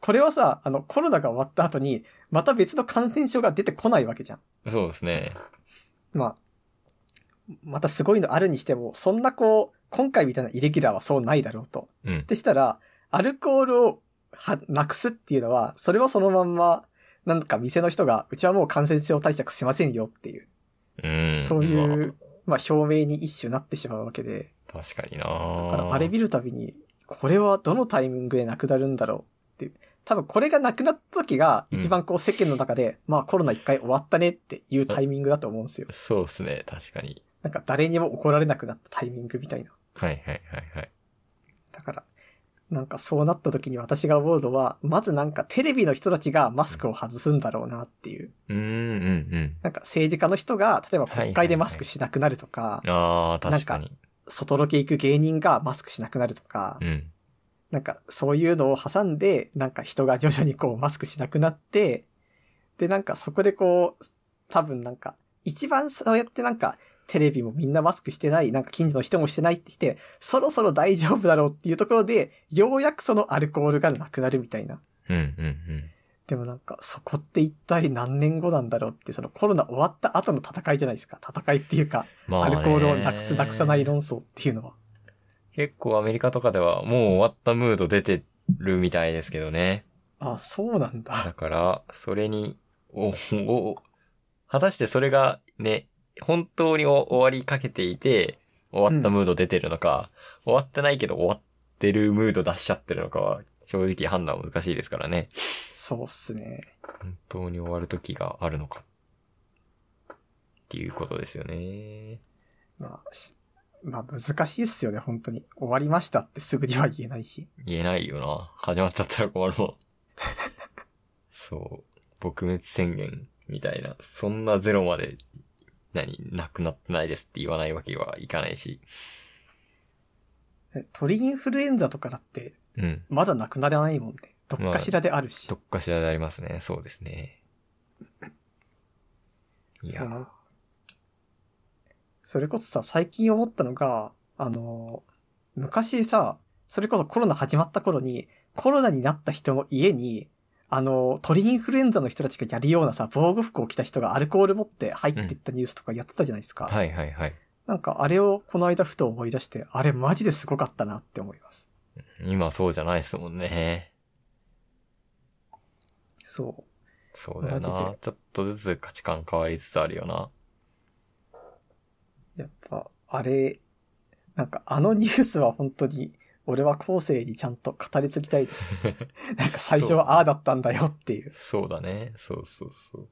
これはさ、あの、コロナが終わった後に、また別の感染症が出てこないわけじゃん。
そうですね。
まあ、またすごいのあるにしても、そんなこう、今回みたいなイレギュラーはそうないだろうと。
うん。
でしたら、アルコールをはなくすっていうのは、それはそのまんま、なんか店の人が、うちはもう感染症対策しませんよっていう、
うん。
そうい
ま
う、まあ表明に一種なってしまうわけで、
あ確かにな
だからあれ見るたびに、これはどのタイミングでなくなるんだろうっていう。多分これがなくなった時が一番こう世間の中で、まあコロナ一回終わったねっていうタイミングだと思うんですよ。
そうですね。確かに。
なんか誰にも怒られなくなったタイミングみたいな。
はいはいはいはい。
だから、なんかそうなった時に私が思うのは、まずなんかテレビの人たちがマスクを外すんだろうなっていう。
うんうん
なんか政治家の人が、例えば
はい
国
はい
会
は
で
い
マスクしなくなるとか、
うん。ああ、確かに。
外ロケ行く芸人がマスクしなくなるとか、
うん。
なんかそういうのを挟んで、なんか人が徐々にこうマスクしなくなって、でなんかそこでこう、多分なんか、一番そうやってなんか、テレビもみんなマスクしてない、なんか近所の人もしてないってして、そろそろ大丈夫だろうっていうところで、ようやくそのアルコールがなくなるみたいな。
うんうんうん。
でもなんか、そこって一体何年後なんだろうって、そのコロナ終わった後の戦いじゃないですか。戦いっていうか、
ま
ア
ね
ルコールをなくすなくさない論争っていうのは。
結構アメリカとかではもう終わったムード出てるみたいですけどね。
あ、そうなんだ。
だから、それに、お、お、果たしてそれがね、本当にお終わりかけていて、終わったムード出てるのか、終わってないけど終わってるムード出しちゃってるのかは、正直判断難しいですからね。
そうっすね。
本当に終わる時があるのか。っていうことですよね。
まあ、しまあ難しいっすよね、本当に。終わりましたってすぐには言えないし。
言えないよな。始まっちゃったら困るもん。そう。撲滅宣言みたいな。そんなゼロまで、何、なくなってないですって言わないわけはいかないし。
え鳥インフルエンザとかだって、
うん。
まだなくならないもんね。どっかしらであるし。
どっかしらでありますね。そうですね。いや
そうなのそれこそさ、最近思ったのが、あのー昔さ、それこそコロナ始まった頃に、コロナになった人の家に、あのー鳥インフルエンザの人たちがやるようなさ、防護服を着た人がアルコール持って入っていったニュースとかやってたじゃないですか。
はいはいはい。
なんかあれをこの間ふと思い出して、あれマジですごかったなって思います。
今そうじゃないですもんね。
そう。
そうだよ
マジ
な
で。
ちょっとずつ価値観変わりつつあるよな。
やっぱ、あれ、なんかあのニュースは本当に、俺は後世にちゃんと語り継ぎたいです。なんか最初はああだったんだよっていう。
そうだね。そうそうそう。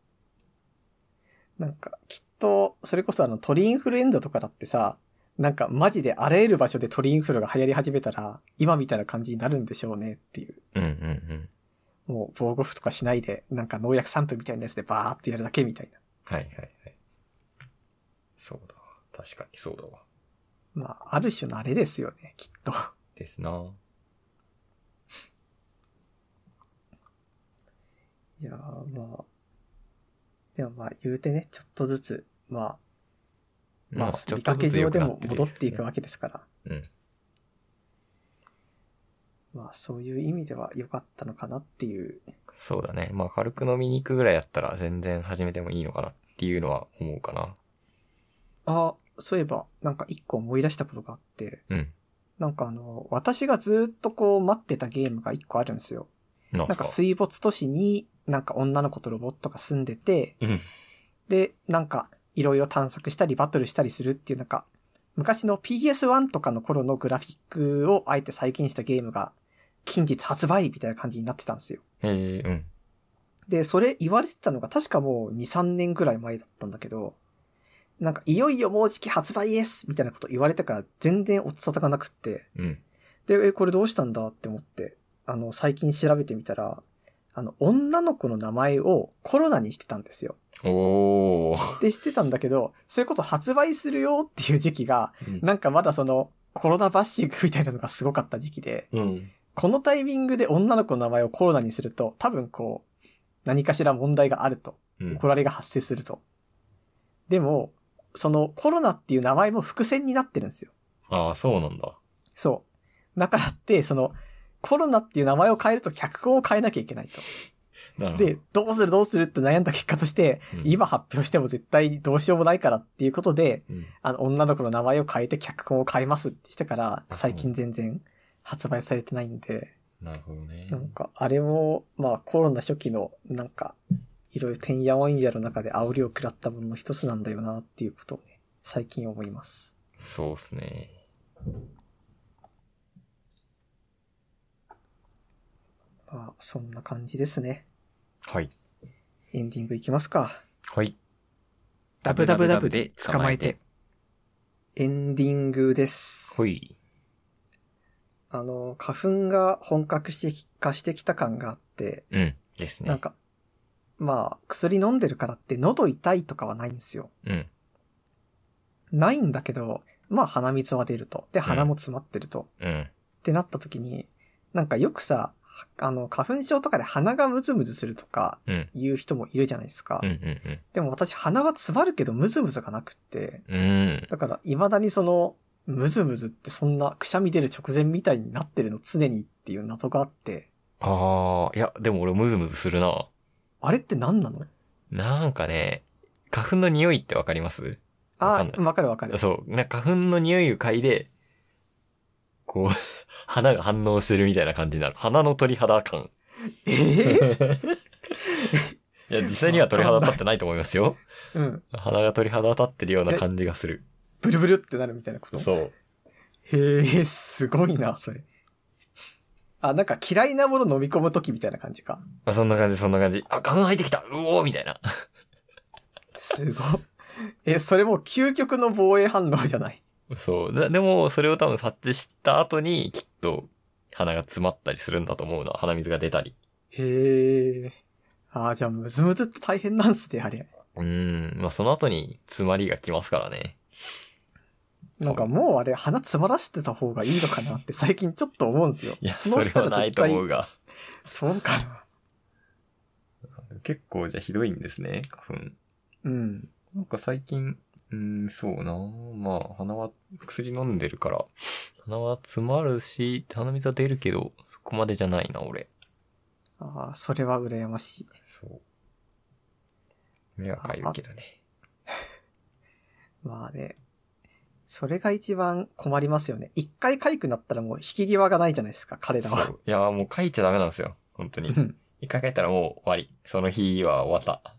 なんかきっと、それこそあの鳥インフルエンザとかだってさ、なんかマジであらゆる場所で鳥インフルが流行り始めたら、今みたいな感じになるんでしょうねっていう。
うんうんうん。
もう防護服とかしないで、なんか農薬散布みたいなやつでバーってやるだけみたいな。
はいはいはい。そうだわ。確かにそうだわ。
まあ、ある種のあれですよね、きっと。
ですな。
いやーまあ。でもまあ言うてね、ちょっとずつ、まあ、まあ、見かけ上でも戻っていくわけですから。
うん
まあそういう意味では良かったのかなっていう。
そうだね。まあ、軽く飲みに行くぐらいやったら全然始めてもいいのかなっていうのは思うかな。
ああ、そういえば、なんか一個思い出したことがあって、
うん。
なんかあの、私がずーっとこう待ってたゲームが一個あるんですよ。
なん
なんか水没都市に、なんか女の子とロボットが住んでて、
うん。
で、なんか、いろいろ探索したり、バトルしたりするっていう、なんか、昔の PS1 とかの頃のグラフィックをあえて再現したゲームが、近日発売みたいな感じになってたんですよ。
えー、うん。
で、それ言われてたのが確かもう2、3年ぐらい前だったんだけど、なんか、いよいよもうじき発売ですみたいなこと言われてから全然落ちたたかなくって、
うん。
で、え、これどうしたんだって思って、あの、最近調べてみたら、あの、女の子の名前をコロナにしてたんですよ。
おー。
ってしてたんだけど、それこそ発売するよっていう時期が、なんかまだそのコロナバッシングみたいなのがすごかった時期で、
うん。
このタイミングで女の子の名前をコロナにすると、多分こう、何かしら問題があると。
うん
怒られが発生すると。でも、そのコロナっていう名前も伏線になってるんですよ。
ああ、そうなんだ。
そう。だからって、その、コロナっていう名前を変えると脚本を変えなきゃいけないと。
なるほど
で、どうするどうするって悩んだ結果として、
うん
今発表しても絶対にどうしようもないからっていうことで、
うん
あの、女の子の名前を変えて脚本を変えますってしてから、最近全然発売されてないんで、
なるほどね。
なんか、あれも、まあコロナ初期の、なんか、いろいろてんやわんやの中で煽りを食らったものの一つなんだよなっていうことをね、最近思います。
そうっすね。
まあ、そんな感じですね。
はい。
エンディングいきますか。
はい。
ダ
ダ
ブ
ブ
ダ
ダ
ブ
ブ
ダ
ダ
ブ
ブ
で
で
捕
捕
ま
ま
え
え
て
て。
エンディングです。
ほい。
あの、花粉が本格化してきた感があって、
うん。ですね。
なんか、まあ、薬飲んでるからって喉痛いとかはないんですよ。
うん。
ないんだけど、まあ鼻水は出ると。で、鼻も詰まってると。っ
うん。
てなった時に、なんかよくさ、あの、花粉症とかで鼻がムズムズするとか
うん。
いう人もいるじゃないですか。
うん。うん。
でも私鼻は詰まるけどムズムズがなくって、
うん。うん。
だから、未だにその、ムズムズってそんなくしゃみ出る直前みたいになってるの常にっていう謎があって、
ああ、いや、でも俺ムズムズするな。
あれって何なの
なんかね、花粉の匂いってわかりますわか
あ
んな
あ、
い
わかるわ かる。
そう。なんか花粉の匂いを嗅いで、こう、 花が反応してるみたいな感じになる。花の鳥肌 感。
ええ
いや、実際には鳥肌立ってないと思いますよ。
うん。
鼻が鳥肌立ってるような感じがする。
ブルブルってなるみたいなこと。
そう。
へえ、すごい な、それ。あ、なんか嫌いなもの飲み込むときみたいな感じか。
まあ、そんな感じ、そんな感じ。あ、花粉入ってきたうおーみたいな。
すごい。え、それもう究極の防衛反応じゃない。
そう。だでも、それを多分察知した後に、きっと、鼻が詰まったりするんだと思うな。鼻水が出たり。
へえ。ああ、じゃあムズムズって大変なんすね、あれ。
うーん。まあ、その後に、詰まりが来ますからね。
なんかもうあれ、鼻詰まらしてた方がいいのかなって最近ちょっと思うんですよ。
いや、
そ
それはないと思うが。
そうかな。
結構、じゃあひどいんですね、花粉。
うん。
なんか最近、うーん、そうなまあ、鼻は、薬飲んでるから、鼻は詰まるし、鼻水は出るけど、そこまでじゃないな、俺。
ああ、それは羨ましい。
そう。目はかゆいけどね。
まあね。それが一番困りますよね。一回痒くなったらもう引き際がないじゃないですか、彼ら
そ
は。
う。いや、もう書いちゃダメなんですよ。本 当に。
うん
一回書いたらもう終わり。その日は終わった。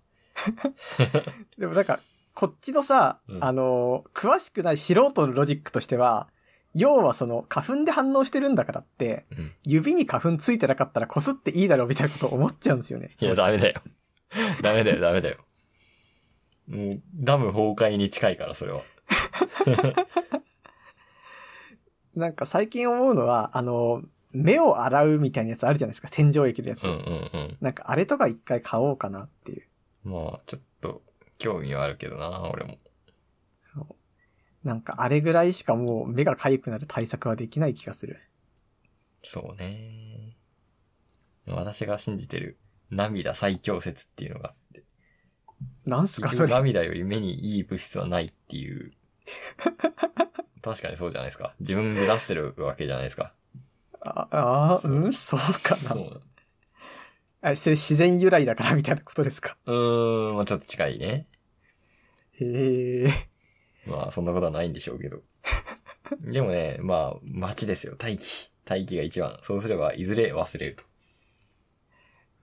でもなんか、こっちのさ、
うん
あのー詳しくない素人のロジックとしては、要はその、花粉で反応してるんだからって、
うん。
指に花粉ついてなかったら擦っていいだろうみたいなこと思っちゃうんですよね。
いや、ダメだよ。 ダメだよ、ダメだよ。もう、ダム崩壊に近いから、それは。
なんか最近思うのは、あのー目を洗うみたいなやつあるじゃないですか、洗浄液のやつ。
うんうん
なんかあれとか一回買おうかなっていう。
うん。まあ、ちょっと、興味はあるけどな、俺も。
そう。なんかあれぐらいしかもう目が痒くなる対策はできない気がする。
そうね。私が信じてる、涙最強説っていうのがあって。
なんすかそれ。
涙より目にいい物質はないって いう。確かにそうじゃないですか。自分で出してるわけじゃないですか。
ああー、うんそうかな。
そう
あ、それ自然由来だからみたいなことですか。
うーん、まあちょっと近いね。
へえ。
まあそんなことはないんでしょう けど。でもね、まあ街ですよ。大気。大気が一番。そうすればいずれ忘れると。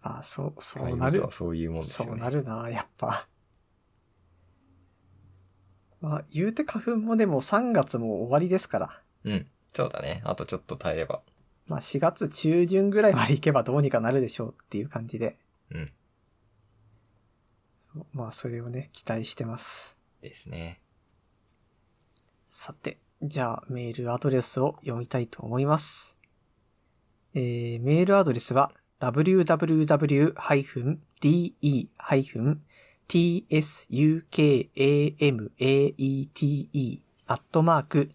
あ、そう、そ
ああいうう
な
こと
る
は。そういうもんですよ、
そ
ね。
うなるな、やっぱ。まあ、言うて花粉もでも3月も終わりですから。
うん。そうだね。あとちょっと耐えれば。
まあ4月中旬ぐらいまで行けばどうにかなるでしょうっていう感じで。
うん。
そうまあそれをね、期待してます。
ですね。
さて、じゃあメールアドレスを読みたいと思います。えー、メールアドレスは www-de-tbr tsukamaete アットマーク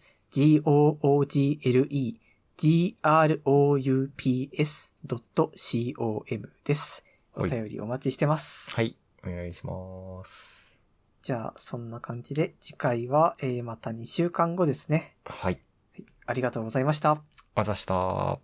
google-groups.com です。お
はい
便りお待ちしてます。
はい。お願いします。
じゃあ、そんな感じで、次回は、えーまた2週間後ですね。
はい。
ありがとうございました。
あざした。